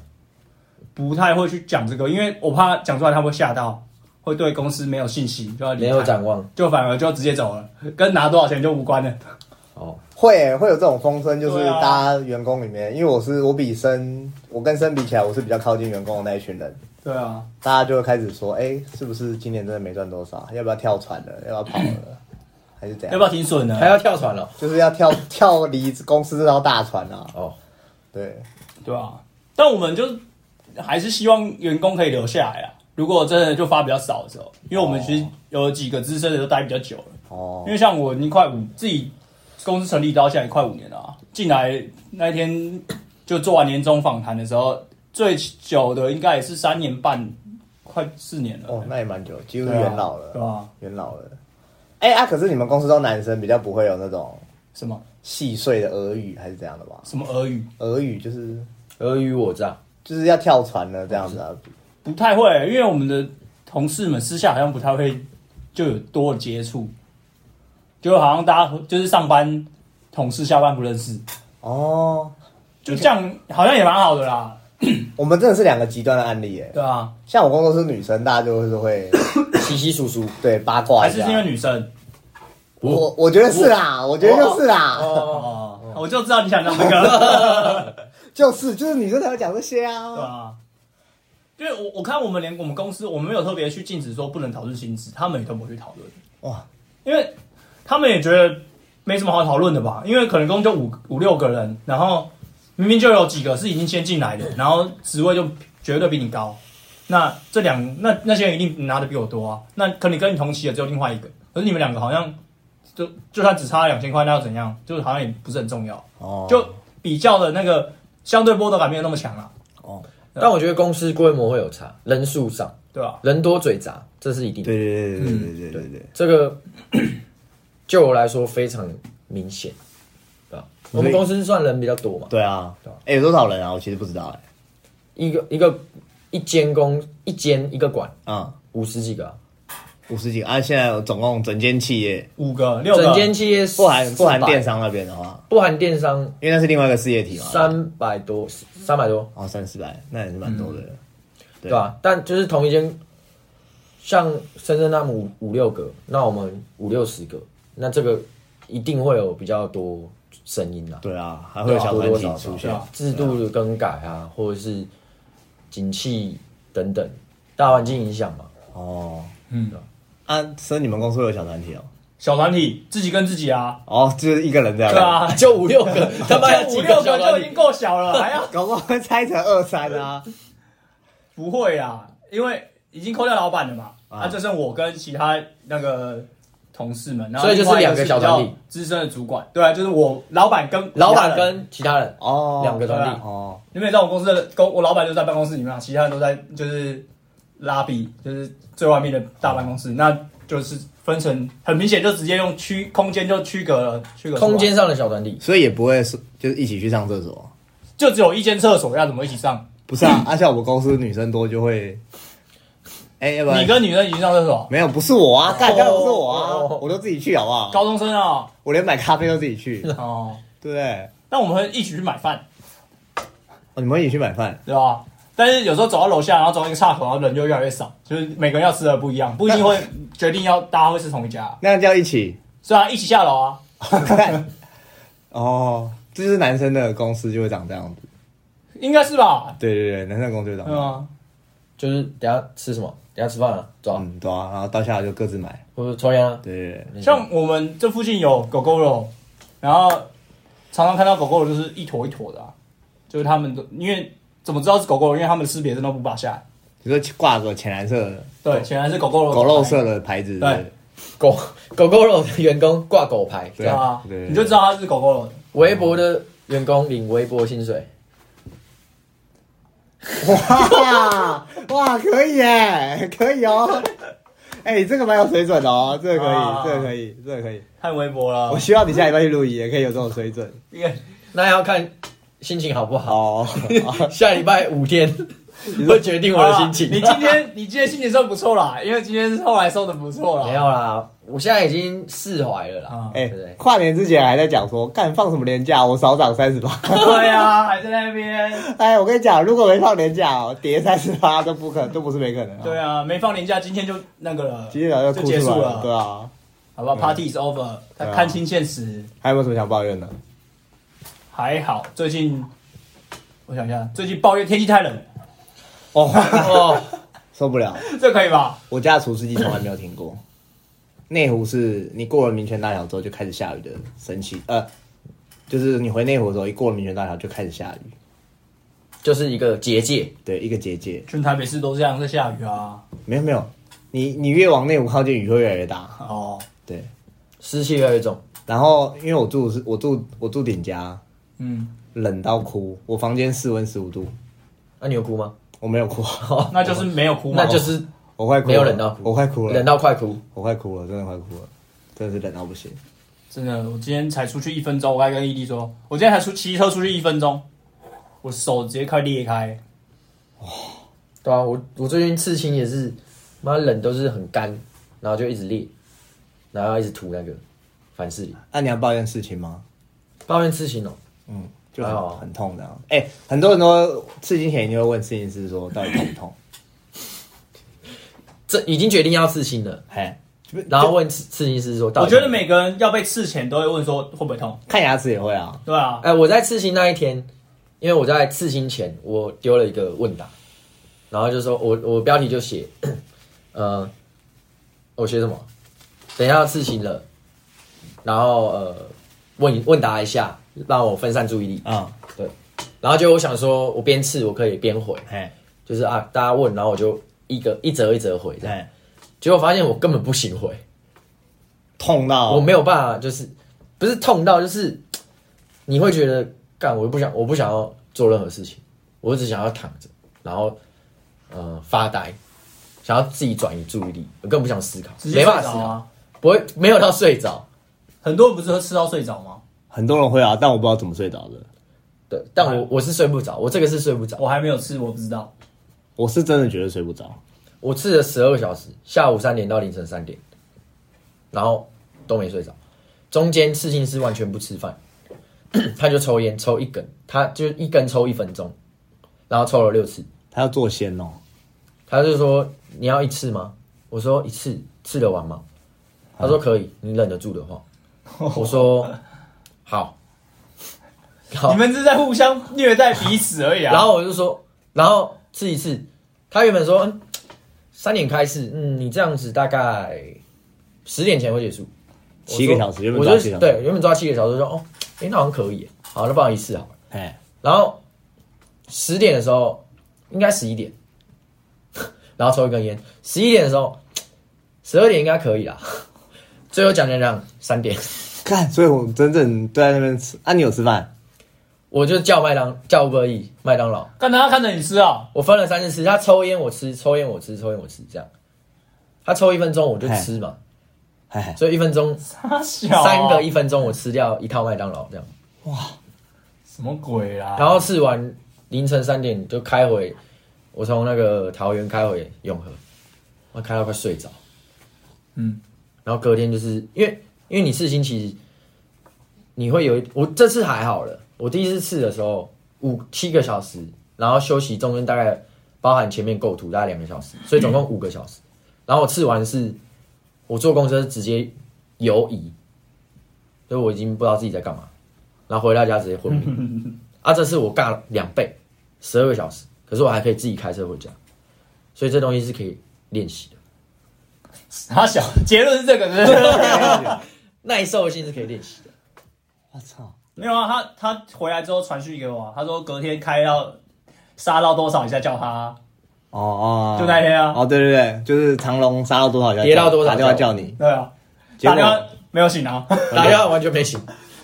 Speaker 1: 不太会去讲这个，因为我怕讲出来他会吓到，会对公司没有信心，就要离开
Speaker 3: 没有展望
Speaker 1: 就反而就直接走了，跟拿多少钱就无关了。啊
Speaker 3: 哦，
Speaker 4: 会欸、会有这种风声，就是
Speaker 1: 对啊
Speaker 4: 大家员工里面，因为我是我比生，我跟生比起来，我是比较靠近员工的那一群人，
Speaker 1: 对啊，
Speaker 4: 大家就会开始说，哎、是不是今年真的没赚多少？要不要跳船了？要不要跑了？还是怎
Speaker 1: 要
Speaker 4: 样
Speaker 1: 不？要停损呢？
Speaker 3: 还要跳船了
Speaker 4: 就是要跳跳离公司这条大船啊！
Speaker 3: 哦，
Speaker 4: 对，
Speaker 1: 对啊，但我们就还是希望员工可以留下来啊。如果真的就发比较少的时候，因为我们其实有几个资深的都待比较久了，
Speaker 4: 哦
Speaker 1: 因，为像我已经快五自己公司成立到现在也快五年了啊，进来那一天就做完年终访谈的时候，最久的应该也是三年半，快四年了。
Speaker 4: 哦，那也蛮久，几乎是
Speaker 1: 对啊
Speaker 4: 元老了，
Speaker 1: 对啊？
Speaker 4: 元老了。哎、啊，可是你们公司都男生，比较不会有那种
Speaker 1: 什么
Speaker 4: 细碎的俄语还是怎样的吧？
Speaker 1: 什么俄语
Speaker 4: 俄语就是
Speaker 3: 尔虞我诈，
Speaker 4: 就是要跳船了这样子啊，
Speaker 1: 不太会，因为我们的同事们私下好像不太会就有多接触，就好像大家就是上班同事下班不认识，
Speaker 4: 哦。
Speaker 1: 就这样好像也蛮好的啦，
Speaker 4: 我们真的是两个极端的案例耶。
Speaker 1: 对啊，
Speaker 4: 像我工作室女生，大家就是会
Speaker 3: 稀稀疏疏。
Speaker 4: 对八卦
Speaker 1: 还
Speaker 4: 一
Speaker 1: 是
Speaker 4: 下
Speaker 1: 是因。为女生
Speaker 4: 我我觉得是啦，我觉得就是啦，
Speaker 3: 哦，
Speaker 1: 哦，我就知道你想讲这个，
Speaker 4: 就是就是女生才会讲这些
Speaker 1: 对
Speaker 4: 啊。
Speaker 1: 啊。因为我我看我们连我们公司我们没有特别去禁止说不能讨论薪资，他们也都不会去讨论，
Speaker 4: 哇，
Speaker 1: 因为他们也觉得没什么好讨论的吧，因为可能公司就五五六个人，然后明明就有几个是已经先进来的，然后职位就绝对比你高，那这两那那些人一定拿的比我多啊。那可你跟你同期的只有另外一个，可是你们两个好像就就算只差两千块，那又怎样？就是好像也不是很重要，
Speaker 4: 哦，
Speaker 1: 就比较的那个相对剥夺感没有那么强啊，
Speaker 4: 哦，
Speaker 3: 但我觉得公司规模会有差，人数上
Speaker 1: 对吧、
Speaker 3: 人多嘴杂，这是一定的。
Speaker 4: 对啊对对对对对对对，
Speaker 3: 这个 就我来说非常明显，对吧？我们公司算人比较多嘛，
Speaker 4: 对啊，哎，有多少人啊？我其实不知道哎，
Speaker 3: 一个一个一间公一间一个馆
Speaker 4: 啊，
Speaker 3: 五十几个啊、
Speaker 4: 五十几个啊，现在总共整间企业
Speaker 1: 五个六个，
Speaker 3: 整间企业
Speaker 4: 啊不含不含
Speaker 3: 400
Speaker 4: 电，商啊那边的话，
Speaker 3: 不含电商
Speaker 4: 因为那是另外一个事业体嘛，
Speaker 3: 三百多三百多，
Speaker 4: 哦三四百，那也是蛮多的。对
Speaker 3: 对吧、但就是同一间，像深圳那么五五六个，那我们五六十个，那这个一定会有比较多声音啦。
Speaker 4: 对啊，还会有小团体出
Speaker 1: 对
Speaker 4: 现，
Speaker 1: 啊
Speaker 3: 制度的更改啊，或者是景气等等，大环境影响嘛。
Speaker 4: 哦。
Speaker 1: 嗯，
Speaker 4: 啊，所以你们公司会有小团体哦？
Speaker 1: 小团体自己跟自己 啊，
Speaker 4: 哦，就是一个人这样。
Speaker 1: 对，啊，
Speaker 3: 就五六 个， 他妈要
Speaker 1: 五
Speaker 3: 几
Speaker 1: 六
Speaker 3: 小
Speaker 1: 个
Speaker 3: 团
Speaker 1: 就已经
Speaker 3: 体？
Speaker 1: 够小 了，还要
Speaker 4: 搞不好会拆成二三啊。
Speaker 1: 不会啦，因为已经扣掉老板了嘛，
Speaker 4: 啊
Speaker 1: 啊，就剩我跟其他那个同事们，然后
Speaker 3: 所以就是
Speaker 1: 另外一
Speaker 3: 两个小
Speaker 1: 比较
Speaker 3: 团体
Speaker 1: 资深的主管，对啊，就是我老板跟
Speaker 3: 老
Speaker 1: 其
Speaker 3: 板
Speaker 1: 他人
Speaker 3: 跟其他人，
Speaker 4: 哦，
Speaker 3: 两个
Speaker 1: 啊
Speaker 3: 团体
Speaker 4: 哦，
Speaker 1: 你们也知道我公司的公，我老板就在办公室里面啊，其他人都在就是拉比，就是最外面的大办公
Speaker 3: 啊
Speaker 1: 室，那就是分成很明显就直接用区空间就区隔了，区隔出来
Speaker 3: 空间上的小团体，
Speaker 4: 所以也不会是就是一起去上厕所。
Speaker 1: 就只有一间厕所，要怎么一起上？
Speaker 4: 不是 啊，而且我们公司女生多就会，哎，要不然
Speaker 1: 你跟女生一起上厕所，
Speaker 4: 没有不是我啊，干干不是我
Speaker 3: 哦
Speaker 4: 啊，我都自己去好不好？
Speaker 1: 高中生啊、
Speaker 4: 我连买咖啡都自己去， 对
Speaker 1: 哦，
Speaker 4: 不对？
Speaker 1: 那我们会一起去买饭，
Speaker 4: 哦，你们一起去买饭，
Speaker 1: 对吧？但是有时候走到楼下，然后走到一个岔口，然后人就越来越少，就是每个人要吃的不一样，不一定会决定要大家会吃同一家，
Speaker 4: 那样叫一起。
Speaker 1: 虽然一起下楼啊，
Speaker 4: 看哦，这就是男生的公司就会长这样子。
Speaker 1: 应该是吧？
Speaker 4: 对对对，男生的公司就会长这
Speaker 1: 嗯
Speaker 4: 样。
Speaker 1: 啊，
Speaker 3: 就是等一下吃什么，等一下吃饭啊，走啊，
Speaker 4: 嗯，对啊，然后到下来就各自买。
Speaker 3: 或者抽烟啊，
Speaker 4: 对对对，
Speaker 1: 像我们这附近有狗狗肉，然后常常看到狗狗肉就是一坨一坨的、啊，就是他们都因为怎么知道是狗狗肉？因为他们的识别真的不把下来。
Speaker 4: 你说挂个浅蓝色的
Speaker 1: 对，显然是狗狗肉。
Speaker 4: 狗肉色的牌子，
Speaker 1: 对
Speaker 4: 对
Speaker 3: 狗狗狗肉的员工挂狗牌，
Speaker 4: 对
Speaker 1: 对啊，
Speaker 4: 对对
Speaker 1: 你就知道它是狗狗肉的。
Speaker 3: 微博的员工领微博薪水，
Speaker 1: 嗯
Speaker 4: 哇 哇，可以哎，可以哦。哎、这个蛮有水准的哦，这个可以，
Speaker 1: 啊
Speaker 4: 这个可以，这个可以。
Speaker 1: 太微博了
Speaker 4: 我，希望你下礼拜去录影也可以有这种水准
Speaker 1: 因为
Speaker 3: 那要看心情好不好。
Speaker 4: 哦。
Speaker 3: 下礼拜五天会决定 我的心情。
Speaker 1: 啊你今天你今天心情算不错啦， 因为今天后来收的不错啦。
Speaker 3: 没有啦，我现在已经释怀了啦。
Speaker 1: 啊，
Speaker 4: 哎、
Speaker 3: 对对
Speaker 4: 跨年之前还在讲说，干放什么年假，我少涨三十八。
Speaker 1: 对啊，还在那 边。
Speaker 4: 哎，我跟你讲，如果没放年假哦，跌三十八都不可，都不是没可能、
Speaker 1: 对
Speaker 4: 啊，
Speaker 1: 啊，没放年假，今天就那个了，
Speaker 4: 今天早上就哭
Speaker 1: 就结
Speaker 4: 出
Speaker 1: 束
Speaker 4: 来
Speaker 1: 了，
Speaker 4: 对啊。
Speaker 1: 好
Speaker 3: 嗯
Speaker 1: 吧？Party is over，
Speaker 4: 对啊
Speaker 1: 看清现实。
Speaker 4: 还有没有什么想抱怨的？
Speaker 1: 还好，最近我想一下，最近抱怨天气太冷，
Speaker 4: 哦，
Speaker 3: 哦，
Speaker 4: 受不了。
Speaker 1: 这可以吧？
Speaker 4: 我家的除湿机从来没有停 过。内湖是你过了民权大桥之后就开始下雨的神奇，呃，就是你回内湖的时候，一过了民权大桥就开始下雨，
Speaker 3: 就是一个结界，
Speaker 4: 对，一个结界。
Speaker 1: 全台北市都这样，在下雨啊。
Speaker 4: 没有没有，你你越往内湖靠近，雨会越来越大，
Speaker 1: 哦，
Speaker 4: 对。
Speaker 3: 湿气越来越重。
Speaker 4: 然后因为我住的是我住我住顶家，
Speaker 1: 嗯，
Speaker 4: 冷到哭，我房间室温十五度，
Speaker 3: 那、啊你有哭吗？
Speaker 4: 我没有哭，
Speaker 1: 那就是没有哭嘛，
Speaker 3: 哦那就是
Speaker 4: 我快哭了，
Speaker 3: 没有冷到哭，
Speaker 4: 我快哭了，
Speaker 3: 冷到快哭。
Speaker 4: 我快哭了，真的快哭了，真的是冷到不行。
Speaker 1: 真的。我今天才出去一分钟，我还跟伊利说，我今天才出骑车出去一分钟，我手直接快裂开。
Speaker 3: 对啊，我我最近刺青也是，妈冷都是很干，然后就一直裂，然后一直涂那个凡士林。
Speaker 4: 啊那、你要抱怨事情吗？
Speaker 3: 抱怨刺青哦，
Speaker 4: 嗯，就
Speaker 3: 还好
Speaker 4: 很
Speaker 3: 啊
Speaker 4: 很痛这样。哎、很多人都刺青前一定会问刺青师说到底痛不痛？
Speaker 3: 这已经决定要刺青了，
Speaker 4: 嘿，
Speaker 3: 然后问刺刺青师说到
Speaker 1: 我
Speaker 3: 底，
Speaker 1: 觉得每个人要被刺前都会问说会不会痛，
Speaker 4: 看牙齿也会啊。
Speaker 1: 对啊，
Speaker 3: 哎、我在刺青那一天，因为我在刺青前，我丢了一个问答，然后就说我我标题就写， 呃，我写什么？等一下要刺青了，然后呃，问问答一下，让我分散注意力。
Speaker 4: 嗯，
Speaker 3: 对，然后就我想说，我边刺我可以边回，
Speaker 4: 嘿，
Speaker 3: 就是啊，大家问，然后我就一个一折一折回这样，
Speaker 4: 哎，
Speaker 3: 结果发现我根本不行回，
Speaker 4: 痛到
Speaker 3: 我没有办法，就是不是痛到，就是你会觉得干，我又不想，我不想要做任何事情，我只想要躺着，然后呃发呆，想要自己转移注意力，我根本不想思考，
Speaker 1: 直接
Speaker 3: 没办法
Speaker 1: 睡
Speaker 3: 思
Speaker 1: 着
Speaker 3: 考，
Speaker 1: 啊。
Speaker 3: 不会没有到睡着，
Speaker 1: 很多人不是吃到睡着吗？
Speaker 4: 很多人会啊，但我不知道怎么睡着的。
Speaker 3: 对，但我我是睡不着，我这个是睡不着，
Speaker 1: 我还没有吃，我不知道。
Speaker 4: 我是真的觉得睡不着，
Speaker 3: 我吃了十二个小时，下午三点到凌晨三点，然后都没睡着。中间事情是完全不吃饭， 他就抽烟抽一根，他就一根抽一分钟，然后抽了六次。
Speaker 4: 他要做仙哦，
Speaker 3: 他就说你要一次吗？我说一次吃得完吗？他说可以，你忍得住的话。 我说好，好
Speaker 1: 你们是在互相虐待彼此而已啊。
Speaker 3: 然后我就说，然后试一次。他原本说嗯三点开始，嗯，你这样子大概十点前会结束，
Speaker 4: 七个小时原本
Speaker 3: 我
Speaker 4: 抓
Speaker 3: 就
Speaker 4: 七个小时
Speaker 3: 对，原本抓七个小时，我就说哦，诶，那好像可以耶，好，那不好意思好啊了。
Speaker 4: 哎，
Speaker 3: 然后十点的时候，应该十一点， 然后抽一根烟。十一点的时候，十二点应该可以啦。最后讲讲讲三点，
Speaker 4: 看，所以我真正都在那边吃。啊，你有吃饭？
Speaker 3: 我就叫麦当叫 u b e 麦当劳，
Speaker 1: 看他看着你吃啊，
Speaker 3: 我分了三次吃，他抽烟我吃，抽烟我吃，抽烟我吃，这样。他抽一分钟我就吃嘛，
Speaker 4: 哎，
Speaker 3: 所以一分钟
Speaker 1: 他小啊
Speaker 3: 三个一分钟我吃掉一套麦当劳这样，
Speaker 1: 什么鬼啊啦？
Speaker 3: 然后吃完凌晨三点就开回，我从那个桃园开回永和，我开到快睡着，
Speaker 1: 嗯，
Speaker 3: 然后隔天就是因为因为你刺青其实你会有一我这次还好了，我第一次刺的时候五七个小时，然后休息中间大概包含前面构图大概两个小时，所以总共五个小时。然后我刺完是，我坐公车直接游移，所以我已经不知道自己在干嘛，然后回到家直接昏迷。啊，这次我尬了两倍，十二个小时，可是我还可以自己开车回家，所以这东西是可以练习的，
Speaker 1: 他小，结论是这个，是不是
Speaker 3: 耐受性是可以练习的。
Speaker 4: 我操，
Speaker 1: 没有啊，他他回来之后传讯给我啊，他说隔天开到杀到多少以下叫他啊，
Speaker 4: 哦哦，
Speaker 1: 就那天啊
Speaker 4: 哦，对对对，就是长龙杀到多少就要叫
Speaker 3: 跌到多少
Speaker 4: 打电话叫你，
Speaker 1: 对啊，
Speaker 4: 结
Speaker 1: 打
Speaker 4: 果
Speaker 1: 电话没有醒啊，
Speaker 3: 打电话完全没醒。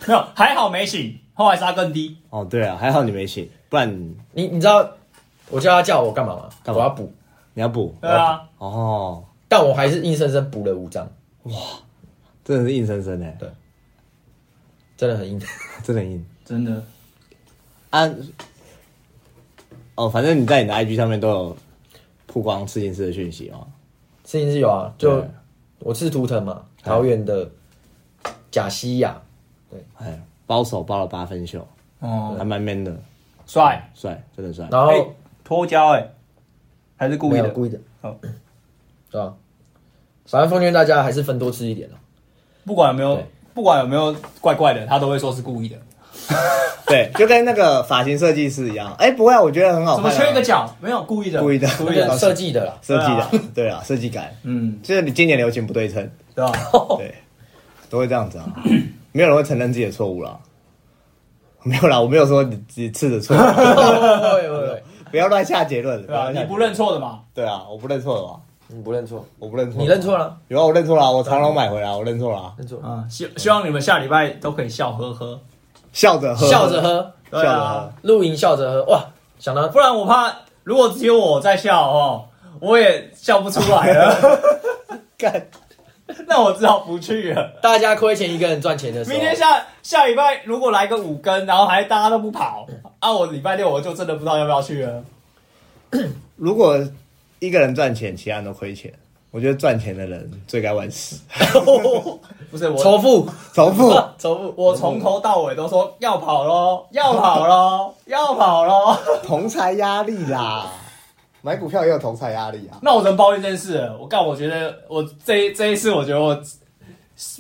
Speaker 1: 没有，还好没醒，后来杀更低，
Speaker 4: 哦，对啊，还好你没醒，不然你
Speaker 3: 你你知道我叫他叫我干嘛吗？
Speaker 4: 干
Speaker 3: 我
Speaker 4: 嘛
Speaker 3: 要补，
Speaker 4: 你要补，
Speaker 1: 对啊，
Speaker 4: 哦，
Speaker 3: 但我还是硬生生补了五张，
Speaker 4: 真的是硬生生哎，
Speaker 3: 对真的很硬。
Speaker 4: 真的很硬
Speaker 1: 真的，
Speaker 4: 啊。哦，反正你在你的 IG 上面都有曝光刺青师的讯息哦。
Speaker 3: 事情是有啊，就
Speaker 4: 对
Speaker 3: 我是图腾嘛，桃园的甲西亚，
Speaker 4: 哎，包手包了八分袖，
Speaker 1: 哦，
Speaker 4: 还蛮 man 的，
Speaker 1: 帅，
Speaker 4: 帅，真的帅。
Speaker 3: 然后、
Speaker 1: 哎脱胶哎，还是故
Speaker 3: 哦没
Speaker 1: 意
Speaker 3: 有
Speaker 1: 的，
Speaker 3: 故意的，
Speaker 1: 好
Speaker 3: 对啊，反正奉劝大家还是分多吃一点啊。
Speaker 1: 不管有没有
Speaker 3: 对，
Speaker 1: 不管有没有怪怪的，他都会说是故意的，
Speaker 4: 对，就跟那个发型设计师一样。哎，不会啊，我觉得很好
Speaker 1: 怎么
Speaker 4: 看啊。
Speaker 1: 缺一个角？没有故意的，
Speaker 4: 故意的
Speaker 1: 故
Speaker 3: 那
Speaker 1: 意的
Speaker 3: 个，设计的 啦，
Speaker 4: 设计的？对啊，设计感，
Speaker 1: 嗯，
Speaker 4: 就是你今年流行不对称，
Speaker 1: 对吧？
Speaker 4: 对，都会这样子啊。没有人会承认自己的错误啦。没有啦，我没有说你自己吃的错，
Speaker 3: 对对对，
Speaker 4: 不要乱下结论。
Speaker 1: 对吧？
Speaker 4: 要乱
Speaker 1: 你
Speaker 4: 下
Speaker 1: 不
Speaker 4: 结论
Speaker 1: 认？错的嘛？
Speaker 4: 对啊，我不认错了吧？
Speaker 3: 你不认错，
Speaker 4: 我不认错。
Speaker 3: 你认错？了，
Speaker 4: 有啊，我认错了。我长龙买回来，我认错了啊。
Speaker 3: 认错，
Speaker 1: 啊，希希望你们下礼拜都可以笑呵呵，
Speaker 4: 笑着喝，
Speaker 3: 笑着，喝，
Speaker 4: 笑
Speaker 1: 对
Speaker 4: 着
Speaker 1: 啊
Speaker 4: 喝，。
Speaker 3: 露营笑着喝，哇，想到
Speaker 1: 不然我怕如果只有我在笑哦，我也笑不出来了，
Speaker 4: 干，
Speaker 1: 那我只好不去了。
Speaker 3: 大家亏钱一个人赚钱的时候，
Speaker 1: 明天下下礼拜如果来个五更，然后还大家都不跑，啊，我礼拜六我就真的不知道要不要去了。
Speaker 4: 如果一个人赚钱，其他人都亏钱，我觉得赚钱的人罪该万 死。
Speaker 1: 不是我，
Speaker 3: 仇富，
Speaker 4: 重复，
Speaker 3: 仇富，
Speaker 1: 我从头到尾都说要跑喽，要跑喽， 要跑喽。
Speaker 4: 同财压力啦，买股票也有同财压力啊。
Speaker 1: 那我能抱怨这件事了，我干，我觉得我这一这一次，我觉得我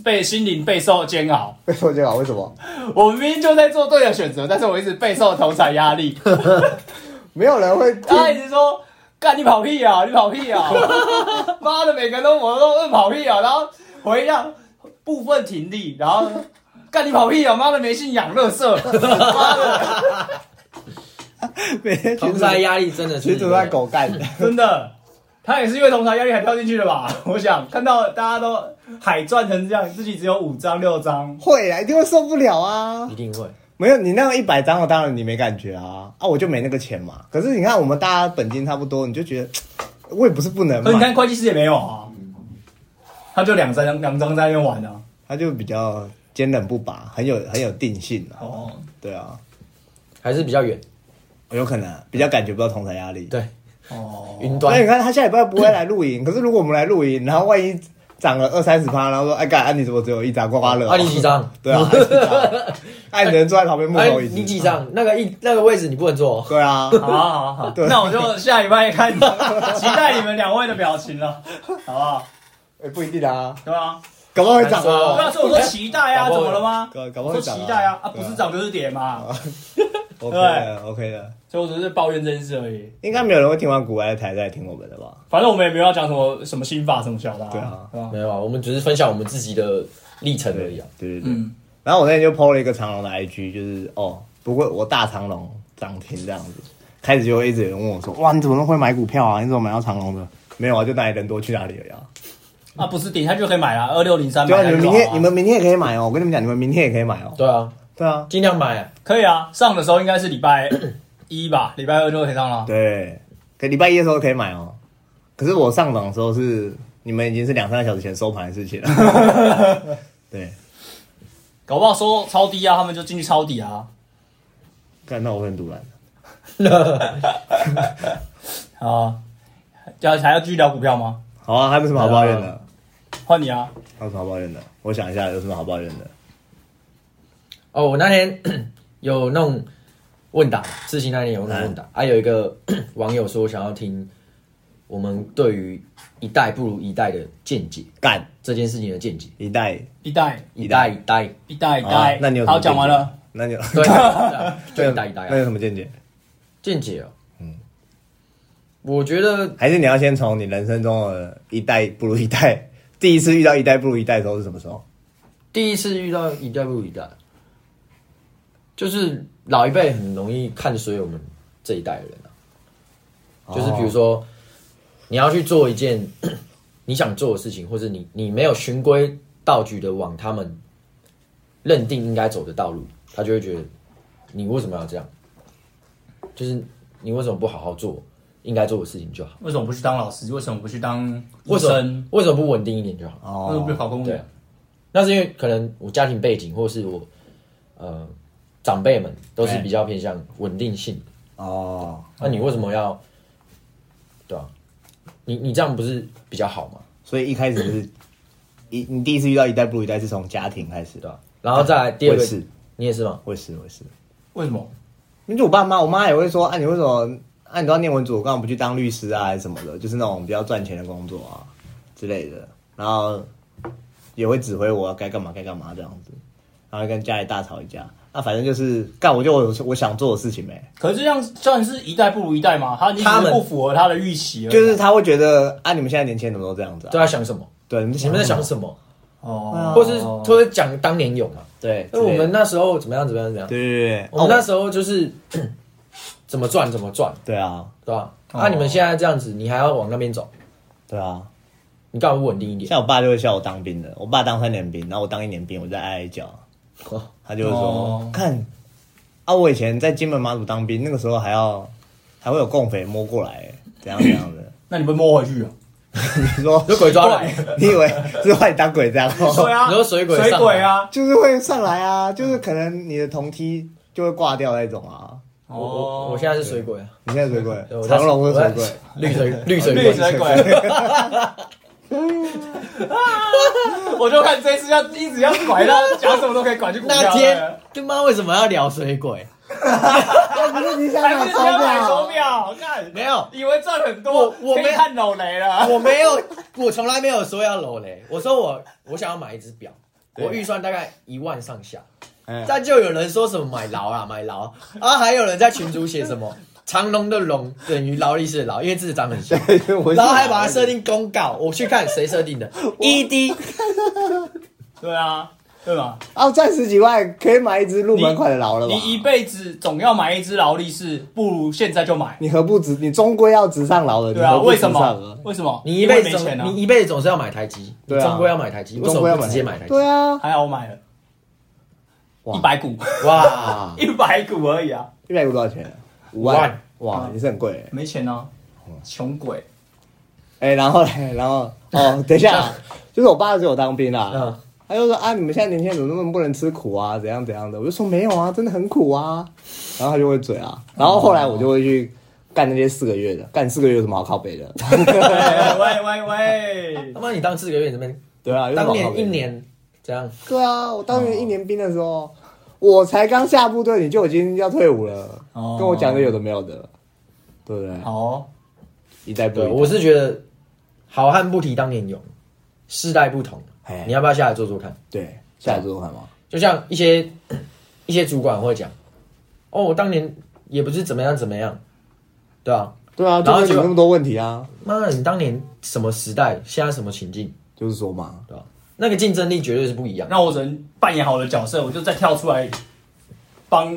Speaker 1: 被心灵备受煎熬。
Speaker 4: 被说就好，为什么？
Speaker 1: 我明明就在做对的选择，但是我一直备受同产压 力。
Speaker 4: 没有人 会
Speaker 3: 哎
Speaker 1: 他一直说：“干你跑屁啊，你跑屁啊！” 妈的，每个人都我都问跑屁啊，然后回一下部分停力，然后干你跑屁啊！妈的，没信仰，乐色。妈的，
Speaker 4: 每天群
Speaker 3: 同
Speaker 4: 主
Speaker 3: 才压力真的是
Speaker 4: 群主在狗 干的，
Speaker 1: 真的，他也是因为同台压力才跳进去的吧？ 我想看到大家都海赚成这样，自己只有五张六张，
Speaker 4: 会啊，一定会受不了啊
Speaker 3: 一！定会。
Speaker 4: 没有你那样一百张，我当然你没感觉啊，啊，我就没那个钱嘛。可是你看我们大家本金差不多，你就觉得我也不是不能
Speaker 1: 可你
Speaker 4: 嘛，
Speaker 1: 看会计师也没有啊，他就两张两张在那边玩啊。
Speaker 4: 他就比较坚韧不拔，很有很有定性啊。
Speaker 1: 哦，
Speaker 4: 对啊，
Speaker 3: 还是比较远，
Speaker 4: 有可能比较感觉不到同台压力。
Speaker 3: 对，
Speaker 1: 哦，
Speaker 3: 云
Speaker 4: 那
Speaker 3: 端
Speaker 4: 你看他下礼拜不会来露营， 可是如果我们来露营，然后万一涨了二三十趴，然后说哎干，啊你怎么只有一张刮刮乐？
Speaker 3: 啊，你几？张？
Speaker 4: 对 啊，还是一张哎，你能坐在旁边木
Speaker 3: 哎
Speaker 4: 头椅，子？
Speaker 3: 你几？张？那个一那个位置你不能坐哦。
Speaker 4: 对啊，
Speaker 1: 好啊好啊好啊，那我就下礼拜看， 期待你们两位的表情了，好不好？
Speaker 4: 哎不一定啊，
Speaker 1: 对啊，
Speaker 4: 搞不好会涨
Speaker 1: 我
Speaker 3: 难
Speaker 4: 哦。
Speaker 1: 刚说我说期待啊，
Speaker 3: 搞
Speaker 1: 怎
Speaker 3: 不好
Speaker 1: 么了吗？
Speaker 4: 搞搞不
Speaker 1: 我
Speaker 4: 好会
Speaker 1: 说
Speaker 4: 涨
Speaker 1: 期待啊，啊不是涨就是跌嘛，
Speaker 4: OK 的，OK 啊的，
Speaker 1: 所以我只是抱怨这件事而已。
Speaker 4: 应该没有人会听完古玩的台再听我们的吧？
Speaker 1: 反正我们也没有要讲什么什么心法什么小的、
Speaker 4: 对啊
Speaker 1: 对吧？
Speaker 3: 没有啊，我们只是分享我们自己的历程而已啊。
Speaker 4: 对对对。
Speaker 1: 嗯，
Speaker 4: 然后我那天就 PO 了一个长龙的 IG，就是哦，不过我大长龙涨停这样子，开始就会一直有人问我说，哇，你怎么那么会买股票啊？你怎么买到长龙的？没有啊，就哪里人多去哪里而已啊。
Speaker 1: 啊不是顶，他就可以买了，二六零三
Speaker 4: 对
Speaker 1: 买
Speaker 4: 啊，
Speaker 1: 了
Speaker 4: 你们
Speaker 1: 就
Speaker 4: 明
Speaker 1: 好
Speaker 4: 天
Speaker 1: 啊
Speaker 4: 你们明天也可以买哦，我跟你们讲，你们明天也可以买哦。
Speaker 3: 对啊，
Speaker 4: 对啊，
Speaker 3: 尽量买啊。
Speaker 1: 可以啊，上的时候应该是 礼拜一吧，礼拜二就可以上了。
Speaker 4: 对，可礼拜一的时候可以买哦。可是我上涨的时候是你们已经是两三个小时前收盘的事情了。 对，
Speaker 1: 搞不好收超低啊，他们就进去抄 底啊。
Speaker 4: 看到我很突然。
Speaker 3: 啊
Speaker 1: 好啊，要还要继续聊股票吗？
Speaker 4: 好啊，还有没有什么好抱怨
Speaker 3: 对
Speaker 4: 的？
Speaker 1: 换你啊，
Speaker 4: 还有什么好抱怨的？我想一下有什么好抱怨的。
Speaker 3: 哦，我那天 有弄问答，志兴那天有弄问答，
Speaker 4: 嗯
Speaker 3: 还、有一个 网友说想要听我们对于一代不如一代的见解，
Speaker 4: 干
Speaker 3: 这件事情的见解，
Speaker 4: 一代
Speaker 1: 一代
Speaker 3: 一代一 代，
Speaker 1: 一代一
Speaker 4: 好啊
Speaker 1: 代，
Speaker 4: 那你有什么
Speaker 1: 哎好讲完
Speaker 4: 见解
Speaker 1: 了，？
Speaker 4: 那你有
Speaker 3: 对，对啊就一代一代
Speaker 4: 那有
Speaker 3: 啊
Speaker 4: 什么见解？
Speaker 3: 见解哦，嗯，我觉得
Speaker 4: 还是你要先从你人生中的一代不如一代，第一次遇到一代不如一代的时候是什么时候？
Speaker 3: 第一次遇到一代不如一代，就是老一辈很容易看衰我们这一代的人啊。
Speaker 1: 哦
Speaker 3: 就是比如说，你要去做一件 你想做的事情，或者你你没有循规蹈矩的往他们认定应该走的道路，他就会觉得你为什么要这样？就是你为什么不好好做应该做的事情就好？
Speaker 1: 为什么不去当老师？为什么不去当医
Speaker 3: 为什
Speaker 1: 生
Speaker 3: 么？为什么不稳定一点就好？
Speaker 4: 哦
Speaker 1: 为什么不去考公务
Speaker 3: 对啊
Speaker 1: 员？，
Speaker 3: 那是因为可能我家庭背景，或是我呃长辈们都
Speaker 4: 哎
Speaker 3: 是比较偏向稳定性。
Speaker 4: 哦，
Speaker 3: 那、你为什么要对啊？你你这样不是比较好吗？
Speaker 4: 所以一开始是一你第一次遇到一代不如一代是从家庭开始
Speaker 3: 对
Speaker 4: 的，
Speaker 3: 啊？然后再来第二
Speaker 4: 我
Speaker 3: 个
Speaker 4: 也是，
Speaker 3: 你也是吗？
Speaker 4: 我也是我也是，
Speaker 1: 为什么？
Speaker 4: 因为我爸妈我妈也会说啊，你为什么啊你都要念文组，干嘛不去当律师啊还是什么的，就是那种比较赚钱的工作啊之类的，然后也会指挥我该干嘛该干嘛这样子，然后跟家里大吵一架。啊，反正就是干，我就我我想做的事情呗、
Speaker 1: 可是这样算是一代不如一代吗？他你只
Speaker 3: 他
Speaker 1: 是
Speaker 3: 们
Speaker 1: 不符合他的预期而已啊，
Speaker 4: 就是他会觉得啊，你们现在年轻人怎么都这样子啊？
Speaker 3: 都在想什么？
Speaker 4: 对，你们
Speaker 3: 你们在
Speaker 4: 什么
Speaker 3: 想什么？
Speaker 4: 啊
Speaker 1: 哦，
Speaker 3: 或是或是讲当年有嘛？
Speaker 4: 对，
Speaker 3: 那我们那时候怎么样怎么样怎么样？
Speaker 4: 对对对
Speaker 3: 我们那时候就是 怎么赚怎么赚，
Speaker 4: 对啊，
Speaker 3: 对吧？那、你们现在这样子，你还要往那边走，
Speaker 4: 对啊。
Speaker 3: 你干嘛不稳定一点？
Speaker 4: 像我爸就会笑我当兵的，我爸当三年兵，然后我当一年兵，我在挨挨脚，他就会说、
Speaker 1: 哦
Speaker 4: 看啊，我以前在金门马祖当兵，那个时候还要还会有共匪摸过来，怎样怎样 的。
Speaker 1: 那你被摸回去啊？
Speaker 4: 你说
Speaker 3: 有鬼抓人，
Speaker 4: 你以为是把你当鬼 这样哦？
Speaker 1: 对啊，
Speaker 3: 你说水鬼
Speaker 1: 水
Speaker 3: 上
Speaker 1: 鬼
Speaker 3: 来
Speaker 1: 啊，
Speaker 4: 就是会上来啊，就是可能你的同梯就会挂掉那种啊。
Speaker 1: 哦
Speaker 3: 我我我现在是水鬼啊。
Speaker 4: 你现在水鬼
Speaker 3: 对，我在
Speaker 4: 长龙是水鬼
Speaker 3: 我在， 绿水绿水
Speaker 1: 绿
Speaker 3: 鬼，
Speaker 1: 水鬼。 我就看这一次要一直要拐到讲什么都可以拐去股票。
Speaker 3: 那
Speaker 1: 啊
Speaker 3: 天他妈为什么要聊水鬼？
Speaker 4: 不是你想
Speaker 1: 还
Speaker 4: 买
Speaker 1: 是
Speaker 4: 手
Speaker 1: 你要买
Speaker 4: 表
Speaker 1: 手？表，看
Speaker 3: 没有
Speaker 1: 以为赚很多，
Speaker 3: 我我没
Speaker 1: 可以看老雷了。
Speaker 3: 我没有，我从来没有说要搂嘞。我说我我想要买一只表，
Speaker 4: 对
Speaker 3: 我预算大概一万上下。
Speaker 4: 哎
Speaker 3: 但就有人说什么买劳啊，买劳啊，还有人在群主写什么 长隆的隆等于劳力士的劳，因为字长 很像。
Speaker 4: 我啊
Speaker 3: 然后 还把它设定公告，我去看谁设定的 ED，
Speaker 1: 对啊，对吧？
Speaker 4: 啊，赚十几万可以买一只入
Speaker 1: 你
Speaker 4: 门款的劳了吧？
Speaker 1: 你一辈子总要买一只劳力士，不如现在就买。
Speaker 4: 你何不直？你终归要直上劳了，
Speaker 1: 对啊，
Speaker 4: 你何不
Speaker 1: 为
Speaker 4: 直
Speaker 1: 什
Speaker 4: 上
Speaker 1: 么
Speaker 4: 啊？？
Speaker 1: 为什么？
Speaker 3: 你一辈子
Speaker 1: 因为没钱
Speaker 3: 总
Speaker 1: 啊！
Speaker 3: 你一辈子总是要买台机，你
Speaker 4: 对啊
Speaker 3: 终归要买台机，
Speaker 4: 你
Speaker 3: 为什
Speaker 4: 终归要
Speaker 3: 么不
Speaker 4: 买
Speaker 3: 直接买台机？
Speaker 4: 对啊，
Speaker 1: 还好我买了
Speaker 4: 哇
Speaker 1: 一百股，，
Speaker 3: 哇
Speaker 1: 一百股而已啊，
Speaker 4: 一百股多少钱？五
Speaker 3: 万
Speaker 4: 万。哇，也是很贵欸。
Speaker 1: 没钱啊，穷鬼。
Speaker 4: 哎，然后嘞，然后哦，等一下啊，就是我爸只有当兵啦，
Speaker 3: 嗯，
Speaker 4: 他就说啊，你们现在年轻人怎么那么不能吃苦啊？怎样怎样的？我就说没有啊，真的很苦啊。然后他就会嘴啊，然后后来我就会去干那些四个月的，干四个月有什么好靠背的？
Speaker 1: 喂喂喂
Speaker 3: 他妈你当四个月你这边，
Speaker 4: 对啊，有什么
Speaker 3: 当
Speaker 4: 好靠背
Speaker 3: 年
Speaker 4: 的
Speaker 3: 一。年这样，
Speaker 4: 对啊，我当年一年兵的时候，我才刚下部队，你就已经要退伍了，
Speaker 1: 哦
Speaker 4: 跟我讲的有的没有的，对不对
Speaker 1: 喂，？好哦，
Speaker 4: 一代不一
Speaker 3: 对
Speaker 4: 代
Speaker 3: 我是觉得好汉不提当年勇，世代不同
Speaker 4: 哎，
Speaker 3: 你要不要下来做做看？
Speaker 4: 对下来之后看嘛，
Speaker 3: 就像一些一些主管会讲，哦，我当年也不是怎么样怎么样，对啊，
Speaker 4: 对啊，
Speaker 3: 然后
Speaker 4: 就是
Speaker 3: 就
Speaker 4: 有那么多问题啊，
Speaker 3: 妈的，你当年什么时代，现在什么情境，
Speaker 4: 就是说嘛，
Speaker 3: 对吧、那个竞争力绝对是不一样。
Speaker 1: 那我只能扮演好我的角色，我就再跳出来帮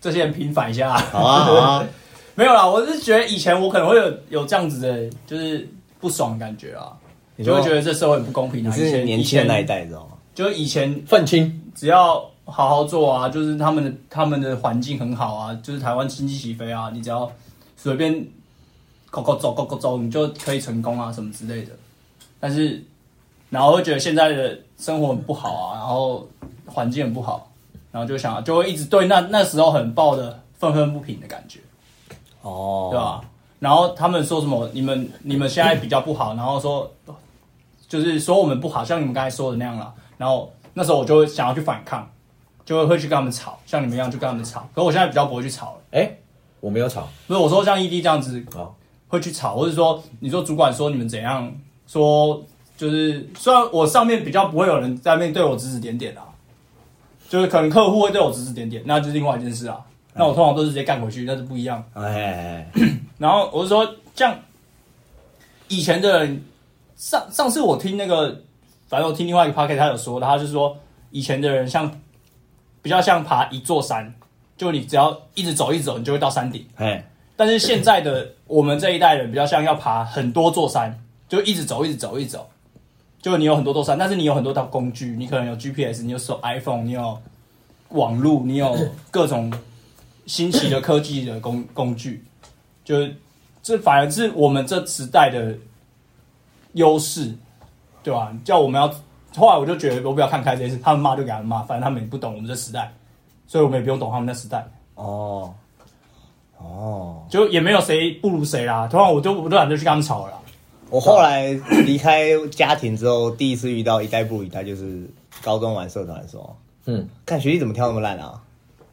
Speaker 1: 这些人平反一下。
Speaker 4: 好啊好啊，
Speaker 1: 没有啦，我是觉得以前我可能会有有这样子的，就是不爽的感觉啊，
Speaker 4: 你
Speaker 1: 就
Speaker 4: 说
Speaker 1: 会觉得这社会很不公平啊。
Speaker 4: 你
Speaker 1: 以
Speaker 4: 是
Speaker 1: 前
Speaker 4: 年轻的那一，
Speaker 1: 以前
Speaker 4: 代，你知道吗？
Speaker 1: 就是以前
Speaker 3: 愤青，
Speaker 1: 只要好好做啊，就是他们的他们的环境很好啊，就是台湾经济起飞啊，你只要随便搞搞走搞搞走，你就可以成功啊，什么之类的。但是，然后会觉得现在的生活很不好啊，然后环境很不好，然后就想就会一直对那那时候很抱的愤愤不平的感觉，
Speaker 4: 哦，
Speaker 1: 对吧、？然后他们说什么你们你们现在比较不好，然后说就是说我们不好，像你们刚才说的那样啦。然后那时候我就会想要去反抗，就会会去跟他们吵，像你们一样去跟他们吵。可我现在比较不会去吵了，
Speaker 3: 哎、我没有吵，
Speaker 1: 不是我说像 ED 这样子
Speaker 3: 好
Speaker 1: 会去吵，或者说你说主管说你们怎样说，就是虽然我上面比较不会有人在面对我指指点点啦、就是可能客户会对我指指点点，那就是另外一件事啊。那我通常都是直接干回去，那是不一样。
Speaker 4: 哎哎，
Speaker 1: 然后我就说，像以前的人，上上次我听那个，反正我听另外一个 p o c a s t 他有说，他就说以前的人像比较像爬一座山，就你只要一直走一直走，你就会到山顶。
Speaker 4: 哎，
Speaker 1: 但是现在的我们这一代人比较像要爬很多座山，就一直走，一直走，一直走。就你有很多座山，但是你有很多套工具，你可能有 GPS，你有手 iPhone，你有网络，你有各种新奇的科技的工工具，就是这反而是我们这时代的优势，对吧、叫我们要，后来我就觉得我比较看开这件事，他们骂就给他们骂，反正他们也不懂我们这时代，所以我们也不用懂他们那时代。
Speaker 4: 哦，哦，
Speaker 1: 就也没有谁不如谁啦。通常我就我都懒得去跟他们吵了啦。
Speaker 4: 我后来离开家庭之后，第一次遇到一代不一代，就是高中玩社团的时候，
Speaker 3: 嗯，
Speaker 4: 看学弟怎么跳那么烂啊？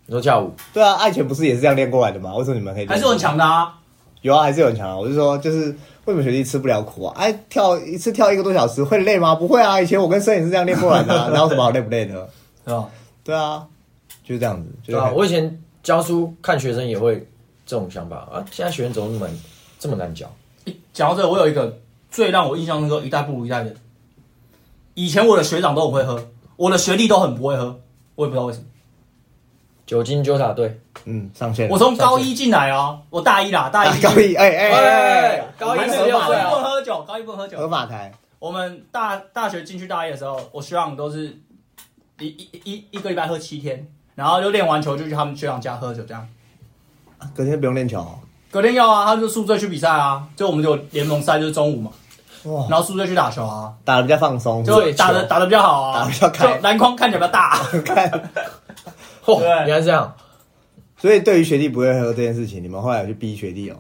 Speaker 3: 你说跳舞，
Speaker 4: 对啊，爱情不是也是这样练过来的吗？为什么你们可以？
Speaker 1: 还是很强的啊，
Speaker 4: 有啊，还是有很强啊。我是说，就是为什么学弟吃不了苦啊？哎，跳一次跳一个多小时会累吗？不会啊，以前我跟摄影是这样练过来的、啊，哪有什么好累不累的？
Speaker 1: 对吧？
Speaker 4: 对啊，就是这样子。就是
Speaker 3: 对啊，我以前教书看学生也会这种想法啊，现在学生怎么那么难这么难教？
Speaker 1: 诶讲到这个，我有一个最让我印象深刻，一代不如一代的。以前我的学长都很会喝，我的学弟都很不会喝，我也不知道为什么。
Speaker 3: 酒精纠察队，
Speaker 4: 嗯，上线了。
Speaker 1: 我从高一进来啊，我大一啦，大
Speaker 4: 啊
Speaker 1: 一
Speaker 4: 高一，哎哎哎哎，
Speaker 3: 高一
Speaker 1: 还
Speaker 3: 是
Speaker 1: 是
Speaker 3: 没
Speaker 1: 高
Speaker 3: 有
Speaker 1: 一
Speaker 3: 对
Speaker 1: 不能
Speaker 3: 啊，
Speaker 1: 喝酒，高一不能喝酒
Speaker 4: 合。法台
Speaker 1: 我们大大学进去大一的时候，我学长都是一一一一个礼拜喝七天，然后就练完球就去他们学长家喝酒，这样。
Speaker 4: 隔天不用练球哦。
Speaker 1: 隔天要啊，他就宿醉去比赛啊，就我们就有联盟赛，就是中午嘛，
Speaker 4: 哇，
Speaker 1: 然后宿醉去打球啊，
Speaker 4: 打的比较放松。
Speaker 1: 就打的
Speaker 3: 球
Speaker 1: 打的比较好啊，
Speaker 4: 打得比较开
Speaker 1: 就篮筐看起来比较大、
Speaker 4: 看，
Speaker 3: 嚯，
Speaker 1: 对
Speaker 3: 原来是这样，
Speaker 4: 所以对于学弟不会喝这件事情，你们后来有去逼学弟哦？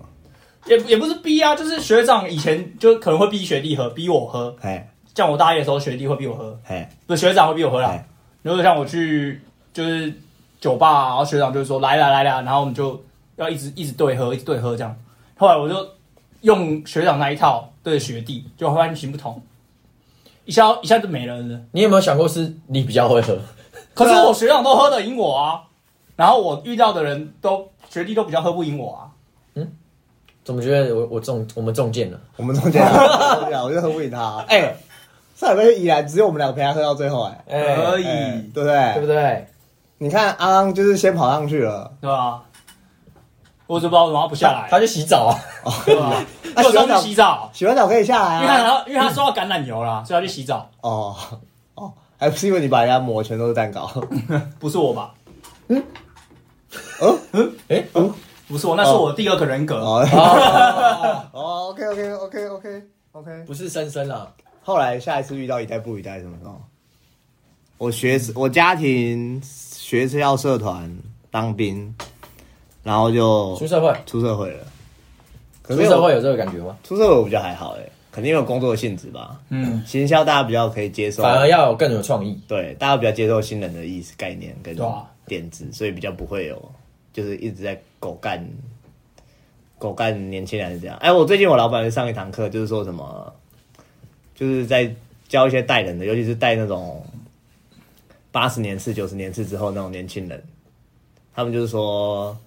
Speaker 1: 也也不是逼啊，就是学长以前就可能会逼学弟喝，逼我喝，
Speaker 4: 哎
Speaker 1: 像我大一的时候学弟会逼我喝，
Speaker 4: 哎
Speaker 1: 不是学长会逼我喝啦
Speaker 4: 哎，
Speaker 1: 然后像我去就是酒吧、啊，然后学长就说来啦来啦，然后我们就要一直一直对喝，一直对喝这样，后来我就用学长那一套对学弟，就发现行不通，一下一下就没了。是不是
Speaker 3: 你有没有想过是你比较会喝？
Speaker 1: 可是我学长都喝得赢我啊，然后我遇到的人都学弟都比较喝不赢我啊。
Speaker 3: 怎么觉得我我中我们中箭了？
Speaker 4: 啊我们中间，我就喝不赢他。哎，上礼拜去宜兰，只有我们两个陪他喝到最后、哎，
Speaker 3: 哎
Speaker 1: 可以
Speaker 4: 哎对不
Speaker 3: 对不
Speaker 4: 对？
Speaker 3: 对？
Speaker 4: 你看阿浪就是先跑上去了，
Speaker 1: 对吧？我就不知道为什么他不下来，
Speaker 3: 他去洗澡啊，
Speaker 1: 对吧？
Speaker 4: 他
Speaker 1: 就
Speaker 4: 喜欢
Speaker 1: 上
Speaker 4: 澡
Speaker 1: 去洗澡，
Speaker 4: 洗完澡可以下来
Speaker 1: 因为他
Speaker 4: 啊。
Speaker 1: 因为他说到橄榄油啦，所以他去洗澡，
Speaker 4: 哦哦，还不是因为你把人家抹全都是蛋 糕。
Speaker 1: 不是我吧？
Speaker 4: 嗯
Speaker 1: 嗯
Speaker 4: 哦
Speaker 3: 哎，
Speaker 1: 不是我，那是我第二个人格。
Speaker 4: 哦 哦，OK OK OK OK OK。
Speaker 3: 不是深深啊，
Speaker 4: 后来下一次遇到一代不一代什么时候？我学我家庭学校社团当兵，然后就
Speaker 3: 出社会，
Speaker 4: 出社会了。可
Speaker 3: 出
Speaker 4: 是
Speaker 3: 社
Speaker 4: 我
Speaker 3: 会有这个感觉吗？
Speaker 4: 出社会我比较还好哎、肯定有工作的性质吧。
Speaker 1: 嗯，
Speaker 4: 行销大家比较可以接
Speaker 1: 啊
Speaker 4: 受，
Speaker 3: 反而要有更有创意，
Speaker 4: 对大家比较接受新人的意思概念跟
Speaker 1: 对啊
Speaker 4: 点子，所以比较不会有就是一直在狗干狗干年轻人是这样。哎，我最近我老板上一堂课就是说什么，就是在教一些带人的，尤其是带那种八十年次、九十年次之后那种年轻人，他们就是说。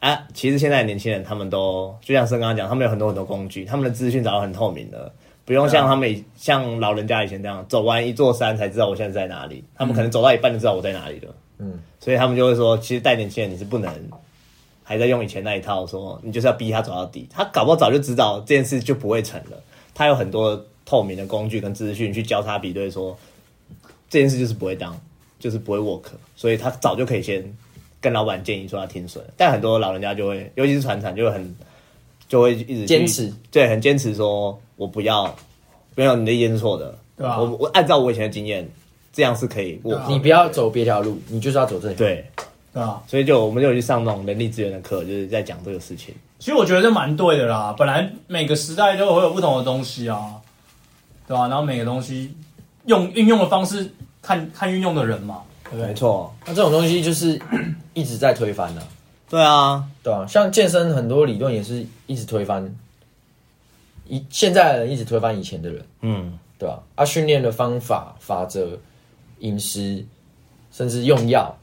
Speaker 4: 啊，其实现在的年轻人他们都就像生刚刚讲，他们有很多很多工具，他们的资讯早就很透明了，不用像他们以、像老人家以前那样走完一座山才知道我现在在哪里，他们可能走到一半就知道我在哪里了。
Speaker 3: 嗯，
Speaker 4: 所以他们就会说，其实带年轻人你是不能还在用以前那一套说，你就是要逼他走到底，他搞不好早就知道这件事就不会成了，他有很多透明的工具跟资讯去交叉比对说，这件事就是不会当，就是不会 work，所以他早就可以先跟老板建议说要停损，但很多老人家就会，尤其是船厂就会很就会一直去
Speaker 3: 坚持，
Speaker 4: 对，很坚持说我不要，没有你的意见是错的，
Speaker 1: 对啊
Speaker 4: 我我按照我以前的经验，这样是可以 work，
Speaker 1: 啊
Speaker 4: 的、
Speaker 3: 你不要走别条路，你就是要走这条。，
Speaker 4: 对，
Speaker 1: 对啊，
Speaker 4: 所以就我们就有去上那种人力资源的课，就是在讲这个事情。
Speaker 1: 其实我觉得这蛮对的啦。本来每个时代都会有不同的东西啊，对吧、然后每个东西用运用的方式，看看运用的人嘛，对不
Speaker 4: 没
Speaker 1: 对？
Speaker 4: 错，
Speaker 3: 那这种东西就是 一直在推翻的、
Speaker 4: 对啊，
Speaker 3: 对啊，像健身很多理论也是一直推翻，以现在的人一直推翻以前的人，
Speaker 4: 嗯，
Speaker 3: 对吧、啊？训练的方法、法则、饮食，甚至用药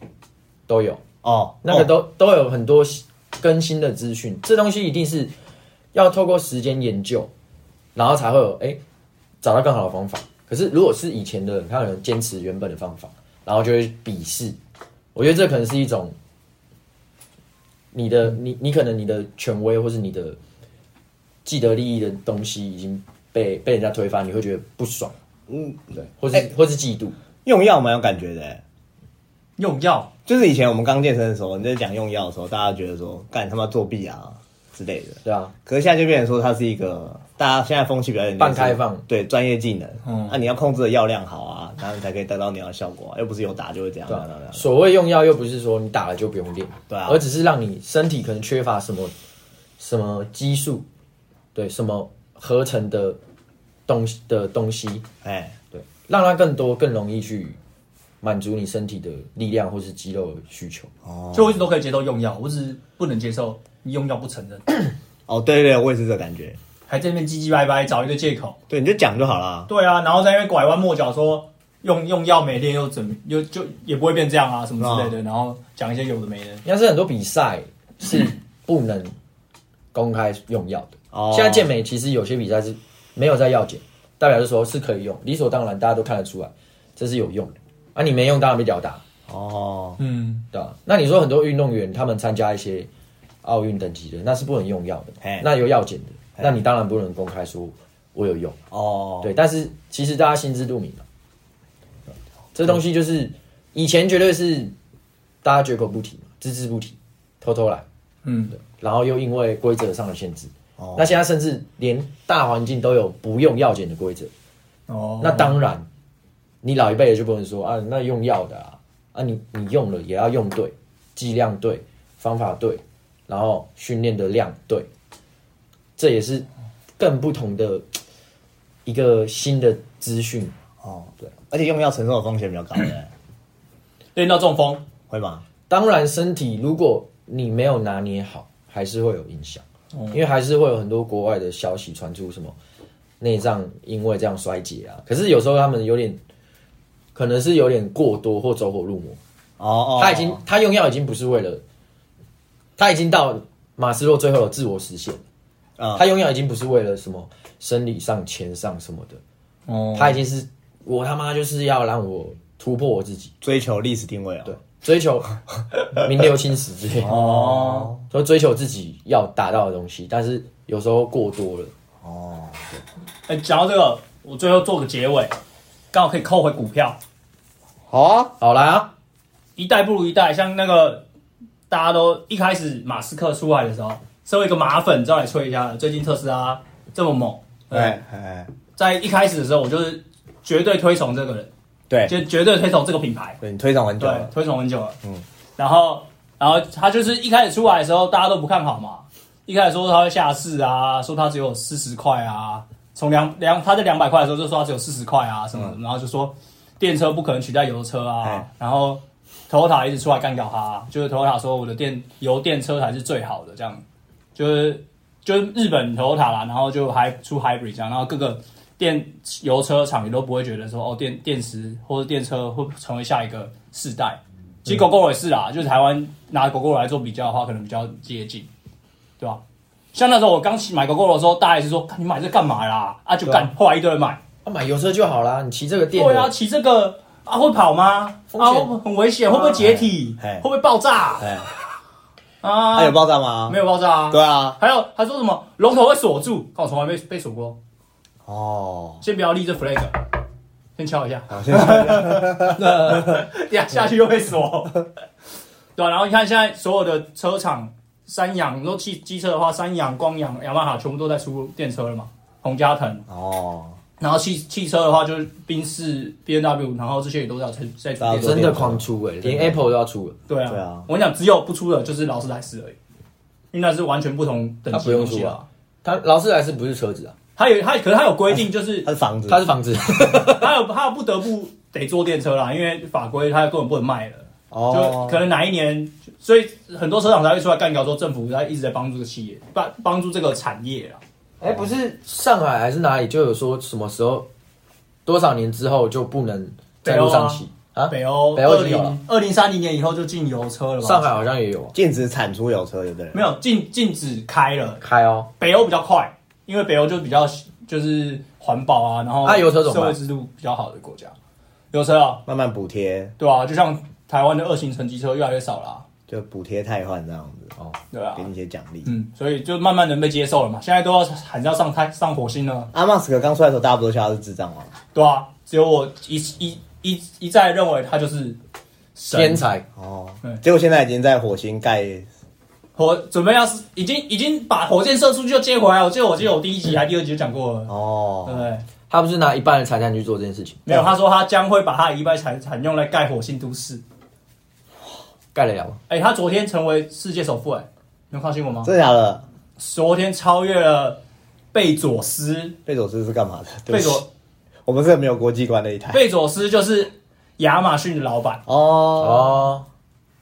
Speaker 3: 都有，
Speaker 4: 哦，
Speaker 3: 那个
Speaker 4: 哦
Speaker 3: 都、都有很多新更新的资讯。这东西一定是要透过时间研究，然后才会有哎、找到更好的方法。可是如果是以前的人，他可能坚持原本的方法，然后就会鄙视。我觉得这可能是一种你的你你可能你的权威或是你的既得利益的东西已经被被人家推翻，你会觉得不爽，
Speaker 4: 嗯，
Speaker 3: 对，或是、或是嫉妒。
Speaker 4: 用药蛮有感觉的欸，
Speaker 1: 用药
Speaker 4: 就是以前我们刚健身的时候，你在讲用药的时候，大家觉得说干他妈作弊啊之类的，
Speaker 3: 对啊，
Speaker 4: 可是现在就变成说它是一个大家现在风气比较有点
Speaker 3: 半开放
Speaker 4: 对专业技能，
Speaker 1: 嗯
Speaker 4: 啊，你要控制的药量好啊，然后你才可以得到你要的效果啊、又不是有打就会这样，
Speaker 3: 对
Speaker 4: 对
Speaker 3: 啊
Speaker 4: 啊对啊
Speaker 3: 所谓用药，又不是说你打了就不用练，
Speaker 4: 对啊
Speaker 3: 而只是让你身体可能缺乏什么什么激素，对，什么合成的东西的东西，
Speaker 4: 哎，
Speaker 3: 对，让它更多更容易去满足你身体的力量或是肌肉的需求。
Speaker 4: 哦
Speaker 1: 所哦以我一直都可以接受用药，我只是不能接受你用药不 承认，
Speaker 4: 哦，对对，我也是这感觉，
Speaker 1: 还在那边唧唧歪歪找一个借口。
Speaker 4: 对，你就讲就好啦。
Speaker 1: 对啊，然后在那边拐弯抹角说用用药没练又怎么又就也不会变这样啊什么之类的，然后讲一些有的没的。
Speaker 3: 应该是很多比赛是不能公开用药的。
Speaker 4: 哦，
Speaker 3: 现在健美其实有些比赛是没有在药检，代表是说是可以用，理所当然，大家都看得出来这是有用的。啊，你没用当然被吊打。
Speaker 4: 哦，
Speaker 1: 嗯，
Speaker 3: 对啊，那你说很多运动员他们参加一些奥运等级的，那是不能用药
Speaker 4: 嘿
Speaker 3: 的，那有药检的，那你当然不能公开说我有用，
Speaker 4: 哦，
Speaker 3: 对，但是其实大家心知肚明嘛，这东西就是以前绝对是大家绝口不提嘛，只字不提，偷偷来，
Speaker 1: 嗯，
Speaker 3: 然后又因为规则上的限制，
Speaker 4: 哦
Speaker 3: 那现在甚至连大环境都有不用药检的规则，
Speaker 1: 哦，
Speaker 3: 那当然，你老一辈也就不能说啊，那用药的啊，啊你你用了也要用对，剂量对，方法对，然后训练的量对，这也是更不同的一个新的资讯。
Speaker 4: 哦，对，而且用药承受的风险比较高，对不对，
Speaker 1: 练到中风，
Speaker 4: 会吗？
Speaker 3: 当然，身体如果你没有拿捏好，还是会有影响，因为还是会有很多国外的消息传出什么内脏因为这样衰竭啊。可是有时候他们有点，可能是有点过多或走火入魔。
Speaker 4: 哦哦，
Speaker 3: 他已经他用药已经不是为了，他已经到马斯洛最后的自我实现了。
Speaker 4: 嗯
Speaker 3: 他用药已经不是为了什么生理上、钱上什么的，
Speaker 1: 哦
Speaker 3: 他已经是我他妈就是要让我突破我自己，
Speaker 4: 嗯追求历史定位啊、
Speaker 3: 对，追求 名留青史之类的，
Speaker 1: 哦，
Speaker 3: 就追求自己要达到的东西，但是有时候过多了，
Speaker 1: 哎、讲到这个，我最后做个结尾，刚好可以扣回股票，
Speaker 4: 好啊，
Speaker 3: 好啦，
Speaker 1: 一代不如一代。像那个大家都一开始马斯克出来的时候，身为一个马粉，再来吹一下了。最近特斯拉这么猛，
Speaker 4: 对，
Speaker 1: 对，
Speaker 4: 哎，
Speaker 1: 在一开始的时候，我就是绝对推崇这个人，
Speaker 4: 对，
Speaker 1: 就绝对推崇这个品牌，
Speaker 4: 对你推崇很久
Speaker 1: 对
Speaker 4: 了，，
Speaker 1: 推崇很久了。嗯，然后，然后他就是一开始出来的时候，大家都不看好嘛。一开始说他会下市啊，说他只有四十块啊，从两两他在两百块的时候就说他只有四十块啊什么的，然后就说电车不可能取代油车啊
Speaker 4: 嗯哎，
Speaker 1: 然后 Toyota 一直出来干掉他、就是 Toyota 说我的电油电车才是最好的这样，就是就是日本 Toyota 啦，然后就还出 Hybrid 这样，然后各个电油车厂也都不会觉得说哦电电池或者电车会成为下一个世代。其实 GoGo 也是啦，就是台湾拿 GoGo 来做比较的话，可能比较接近，对吧？像那时候我刚买 GoGo 的时候，大家也是说，看你买这干嘛啦？啊，就干，后来一堆人买，
Speaker 3: 啊买油车就好啦，你骑这个电
Speaker 1: 对啊，
Speaker 3: 的，
Speaker 1: 骑这个啊会跑吗？
Speaker 3: 风
Speaker 1: 啊
Speaker 3: 险
Speaker 1: 会不会很危险，会不会解体？
Speaker 4: 哎哎
Speaker 1: 会不会爆炸？
Speaker 4: 哎，
Speaker 1: 啊
Speaker 4: 他有爆炸吗？
Speaker 1: 没有爆炸啊？
Speaker 4: 对啊，
Speaker 1: 还有他说什么龙头会锁住，看我从来没被锁过，
Speaker 4: 哦，
Speaker 1: 先不要立这 flag，先敲一下，
Speaker 4: 好，现在
Speaker 1: 等下下去又会锁。对、啊，然后你看现在所有的车厂，三洋，你说汽机车的话，三洋、光阳、雅马哈全部都在出电车了嘛，洪家腾，
Speaker 4: 哦，
Speaker 1: 然后汽汽车的话就是宾士、B N W，然后这些也都在在在出
Speaker 4: 大家
Speaker 1: 电
Speaker 4: 都
Speaker 1: 车。
Speaker 3: 啊真的狂出哎、连 Apple 都要出了，
Speaker 1: 对啊，
Speaker 4: 对啊
Speaker 1: 我跟你讲，只有不出的就是劳斯莱斯而已，因为那是完全不同等级的东
Speaker 3: 它不用
Speaker 1: 西
Speaker 3: 出啊。它劳斯莱斯不是车子啊，
Speaker 1: 它有它，可是它有规定，就是
Speaker 4: 他是房子，
Speaker 3: 它是房子，
Speaker 1: 它有它有不得不得坐电车啦，因为法规它根本不能卖了。就
Speaker 4: 哦，
Speaker 1: 可能哪一年，所以很多车厂才会出来干掉，说政府它一直在帮助这个企业，帮帮助这个产业啊啦。
Speaker 3: 哎、不是上海还是哪里就有说什么时候多少年之后就不能在路上骑啊
Speaker 1: 北欧
Speaker 3: 北欧
Speaker 1: 二
Speaker 3: 已经有了
Speaker 1: 零二零三零年以后就禁油车了吧？
Speaker 3: 上海好像也有啊
Speaker 4: 禁止产出有车，有的人
Speaker 1: 没有禁禁止开了，
Speaker 3: 开哦，
Speaker 1: 北欧比较快，因为北欧就比较就是环保啊，然后
Speaker 3: 啊油车怎么
Speaker 1: 社会
Speaker 3: 办
Speaker 1: 制度比较好的国家，油车啊，
Speaker 4: 慢慢补贴，
Speaker 1: 对啊，就像台湾的二型乘机车越来越少啦、
Speaker 4: 就补贴汰换这样子，
Speaker 3: 哦，
Speaker 1: 对啊
Speaker 4: 给，你一些奖励。
Speaker 1: 嗯，所以就慢慢能被接受了嘛，现在都要喊要上太上火星了，
Speaker 4: 阿马斯克刚出来的时候，大家不都笑他是智障吗？
Speaker 1: 对啊，只有我一一一一再认为他就是神
Speaker 3: 天才
Speaker 4: 哦
Speaker 1: 对，
Speaker 4: 结果现在已经在火星盖，
Speaker 1: 火准备要是已经已经把火箭射出去就接回来，我记得我记得我第一集还第二集就讲过了，对不
Speaker 4: 哦，
Speaker 1: 对？
Speaker 3: 他不是拿一半的财产去做这件事情，
Speaker 4: 啊
Speaker 1: 没有，他说他将会把他的一半产产用来盖火星都市，
Speaker 3: 盖得了吗？
Speaker 1: 哎、他昨天成为世界首富、哎，你有看新闻吗？
Speaker 4: 真的假的？
Speaker 1: 昨天超越了贝佐斯，
Speaker 4: 贝佐斯是干嘛的？对
Speaker 1: 贝
Speaker 4: 不起
Speaker 1: 佐
Speaker 4: 我们是没有国际观的一台。
Speaker 1: 贝佐斯就是亚马逊的老板，
Speaker 4: 哦
Speaker 3: 哦，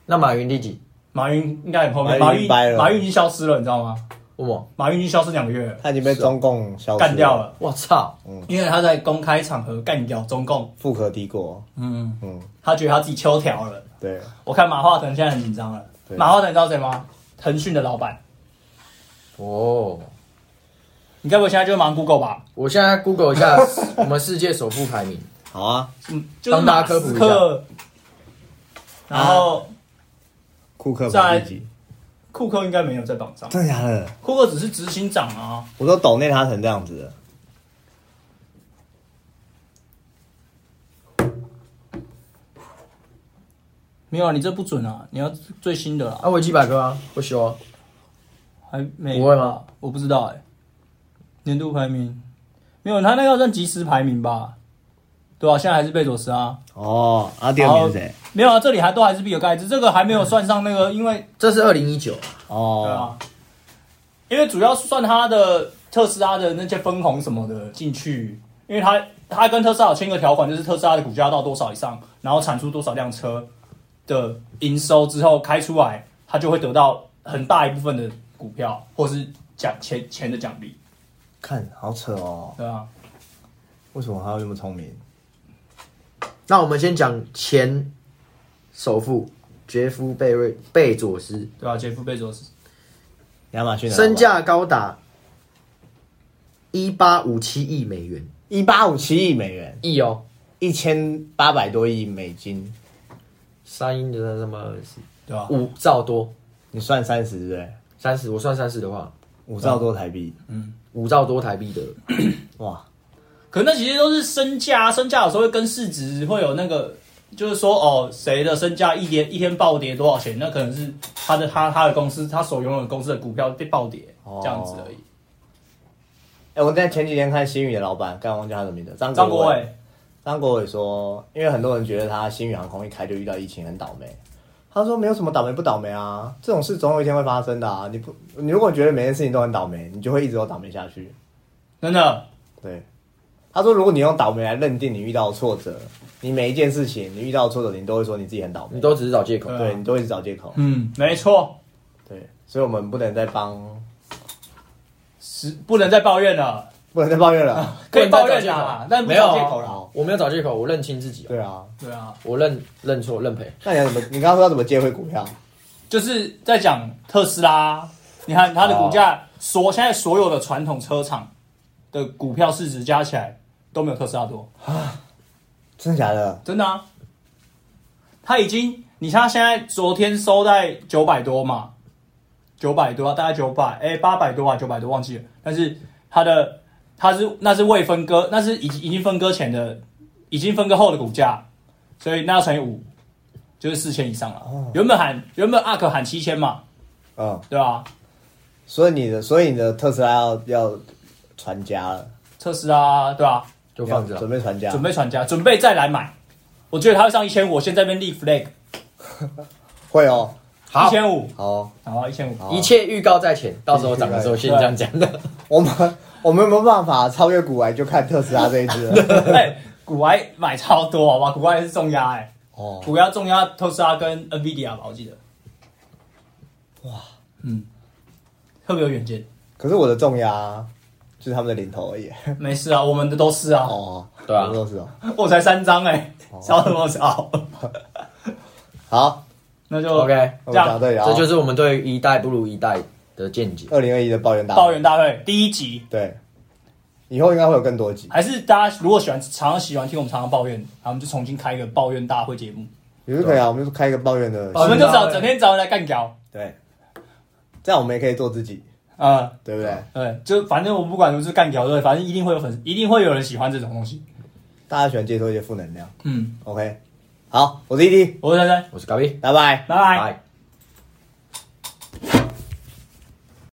Speaker 3: 那马云第几？
Speaker 1: 马云应该很后面，
Speaker 4: 马
Speaker 1: 马
Speaker 4: 云
Speaker 1: 云
Speaker 4: 掰了
Speaker 1: 马云已经消失了，你知道吗？
Speaker 3: 问我，
Speaker 1: 马云已经消失两个月了，
Speaker 4: 他已经被中共消失
Speaker 1: 啊干掉，了，
Speaker 3: 我操，
Speaker 1: 因为他在公开场合干掉中共，
Speaker 4: 富可敌国。
Speaker 1: 嗯，
Speaker 4: 嗯，
Speaker 1: 他觉得他自己秋条了。
Speaker 4: 对，
Speaker 1: 我看马化腾现在很紧张了。
Speaker 4: 对
Speaker 1: 马化腾你知道谁吗？腾讯的老板，
Speaker 3: 哦，
Speaker 1: 你该不会现在就忙 Google 吧？
Speaker 3: 我现在 Google 一下我们世界首富排名，
Speaker 4: 好啊，
Speaker 1: 嗯，就是
Speaker 3: 帮大
Speaker 1: 马
Speaker 3: 家科普
Speaker 1: 斯
Speaker 3: 一下
Speaker 1: 克，然后
Speaker 4: 库
Speaker 3: 啊
Speaker 4: 克
Speaker 1: 再
Speaker 4: 排
Speaker 1: 来
Speaker 4: 第几？
Speaker 1: 库克应该没有在榜上，
Speaker 4: 真的假的？
Speaker 1: 库克只是执行长啊。
Speaker 4: 我都抖内他成这样子了。
Speaker 1: 没有啊，你这不准啊！你要最新的啦，
Speaker 3: 啊，我有几百个啊，不修啊，
Speaker 1: 还没
Speaker 3: 不会吗？
Speaker 1: 我不知道哎、年度排名没有，他那个要算即时排名吧？对啊，现在还是贝佐斯啊。
Speaker 4: 哦，啊，第二名是谁？
Speaker 1: 没有啊，这里还都还是比尔盖茨，这个还没有算上那个，因为
Speaker 3: 这是二零一九，
Speaker 1: 对
Speaker 4: 哦，
Speaker 1: 啊，因为主要是算他的特斯拉的那些分红什么的进去，因为他他跟特斯拉有签一个条款，就是特斯拉的股价到多少以上，然后产出多少辆车的营收之后开出来，他就会得到很大一部分的股票或是奖钱钱的奖励，
Speaker 4: 看好扯哦，
Speaker 1: 对啊，
Speaker 4: 为什么他会那么聪明？
Speaker 3: 那我们先讲前首富杰夫贝瑞贝佐斯，
Speaker 1: 对啊，杰夫贝佐斯，
Speaker 4: 亚马逊的老板
Speaker 3: 身价高达一八五七亿美元，
Speaker 4: 一八五七亿美元，
Speaker 3: 亿哦，
Speaker 4: 一千八百多亿美金，
Speaker 3: 三英的那什么
Speaker 1: 对啊吧？
Speaker 3: 五兆多，
Speaker 4: 你算三十对不对？
Speaker 3: 三十，我算三十的话，
Speaker 4: 五兆多台币，
Speaker 3: 五兆多台币的，
Speaker 4: 哇！
Speaker 1: 可那其实都是身价，身价有时候会跟市值会有那个，就是说哦，谁的身价一天一天暴跌多少钱，那可能是他的他他的公司他所拥有的公司的股票被暴跌、这样子而已。
Speaker 4: 哎、我在前几天看新宇的老板，刚忘记他的名字，张
Speaker 1: 张
Speaker 4: 国
Speaker 1: 国
Speaker 4: 伟
Speaker 1: 伟。
Speaker 4: 张国伟说，因为很多人觉得他新宇航空一开就遇到疫情很倒霉，他说没有什么倒霉不倒霉啊，这种事总有一天会发生的啊。你不，你如果觉得每件事情都很倒霉，你就会一直都倒霉下去。
Speaker 1: 真的，
Speaker 4: 对，他说如果你用倒霉来认定你遇到挫折，你每一件事情你遇到挫折，你都会说你自己很倒
Speaker 3: 你
Speaker 4: 霉，
Speaker 3: 都只是找借口。
Speaker 1: 对啊
Speaker 4: 对你都会一直找借口。
Speaker 1: 嗯，没错，
Speaker 4: 对，所以我们不能再帮，
Speaker 1: 是不能再抱怨了，
Speaker 4: 不能再抱怨了。
Speaker 1: 可以抱怨
Speaker 3: 不能再找借
Speaker 1: 啦
Speaker 3: 口，
Speaker 1: 但不
Speaker 3: 没有
Speaker 1: 找
Speaker 3: 啊
Speaker 1: 借口啦。
Speaker 3: 我没有找借口，我认清自己啊，
Speaker 4: 对啊，
Speaker 1: 对啊，
Speaker 3: 我认认错认赔。
Speaker 4: 那你要怎么？你刚刚说要怎么接回股票？
Speaker 1: 就是在讲特斯拉，你看它的股价，所现在所有的传统车厂的股票市值加起来都没有特斯拉多。
Speaker 4: 真的假的？
Speaker 1: 真的啊，他已经，你看他现在昨天收在九百多嘛，九百多、啊，大概九百，哎，八百多啊，九百多忘记了。但是他的他是那是未分割，那是已经已经分割前的，已经分割后的股价，所以那要乘以五，就是四千以上了。原本喊原本 ARK 喊七千嘛，
Speaker 4: 嗯，
Speaker 1: 对吧、
Speaker 4: 所以你的，所以你的特斯拉要要传家了，
Speaker 1: 特斯拉啊对吧、
Speaker 3: 就放着
Speaker 4: 要
Speaker 3: 啊，
Speaker 4: 准备传家，
Speaker 1: 准备传家，准备再来买。我觉得他会上一千五，我先在那边立 flag，
Speaker 4: 会哦，
Speaker 1: 一
Speaker 3: 好，
Speaker 1: 千五，
Speaker 4: 好哦，
Speaker 1: 好，一千五，
Speaker 3: 一切预告在前，到时候涨的时候先这样讲的。
Speaker 4: 我们 我们有没有办法超越古玩？就看特斯拉这一只 了。
Speaker 1: 哎，古埃买超多，好吧？古埃是重压哎、
Speaker 4: 哦，
Speaker 1: 古埃重压特斯拉跟 NVIDIA 吧，我记得。哇，嗯，特别有远见。
Speaker 4: 可是我的重压就是他们的领头而已。
Speaker 1: 没事啊，我们的都是啊，
Speaker 4: 哦，
Speaker 3: 对啊
Speaker 4: 我都是哦。
Speaker 1: 我才三张哎、少什 么少？
Speaker 4: 好，
Speaker 1: 那就
Speaker 3: OK，
Speaker 4: 我
Speaker 1: 这
Speaker 4: 们讲
Speaker 1: 样
Speaker 4: 到。这里啊。
Speaker 3: 这就是我们对一代不如一代的见解。
Speaker 4: 二零二一的抱怨大会
Speaker 1: 抱怨。大会第一集，
Speaker 4: 对，以后应该会有更多集。
Speaker 1: 还是大家如果喜欢常常喜欢听我们常常抱怨，然后我们就重新开一个抱怨大会节目，
Speaker 4: 也是可以啊，我们就开一个抱怨的。
Speaker 1: 我们就
Speaker 3: 大
Speaker 1: 找
Speaker 3: 会
Speaker 1: 整天找人来干掉。
Speaker 4: 对，这样我们也可以做自己，
Speaker 1: 呃，
Speaker 4: 对不对？
Speaker 1: 对，就反正我不管是不是干掉对，反正一定会有粉丝，一定会有人喜欢这种东西。
Speaker 4: 大家喜欢接受一些负能量。
Speaker 1: 嗯，
Speaker 4: OK，好，我是 ED，
Speaker 1: 我是珊珊，
Speaker 3: 我是高斌，
Speaker 4: 拜拜。
Speaker 1: 拜拜。
Speaker 3: 拜。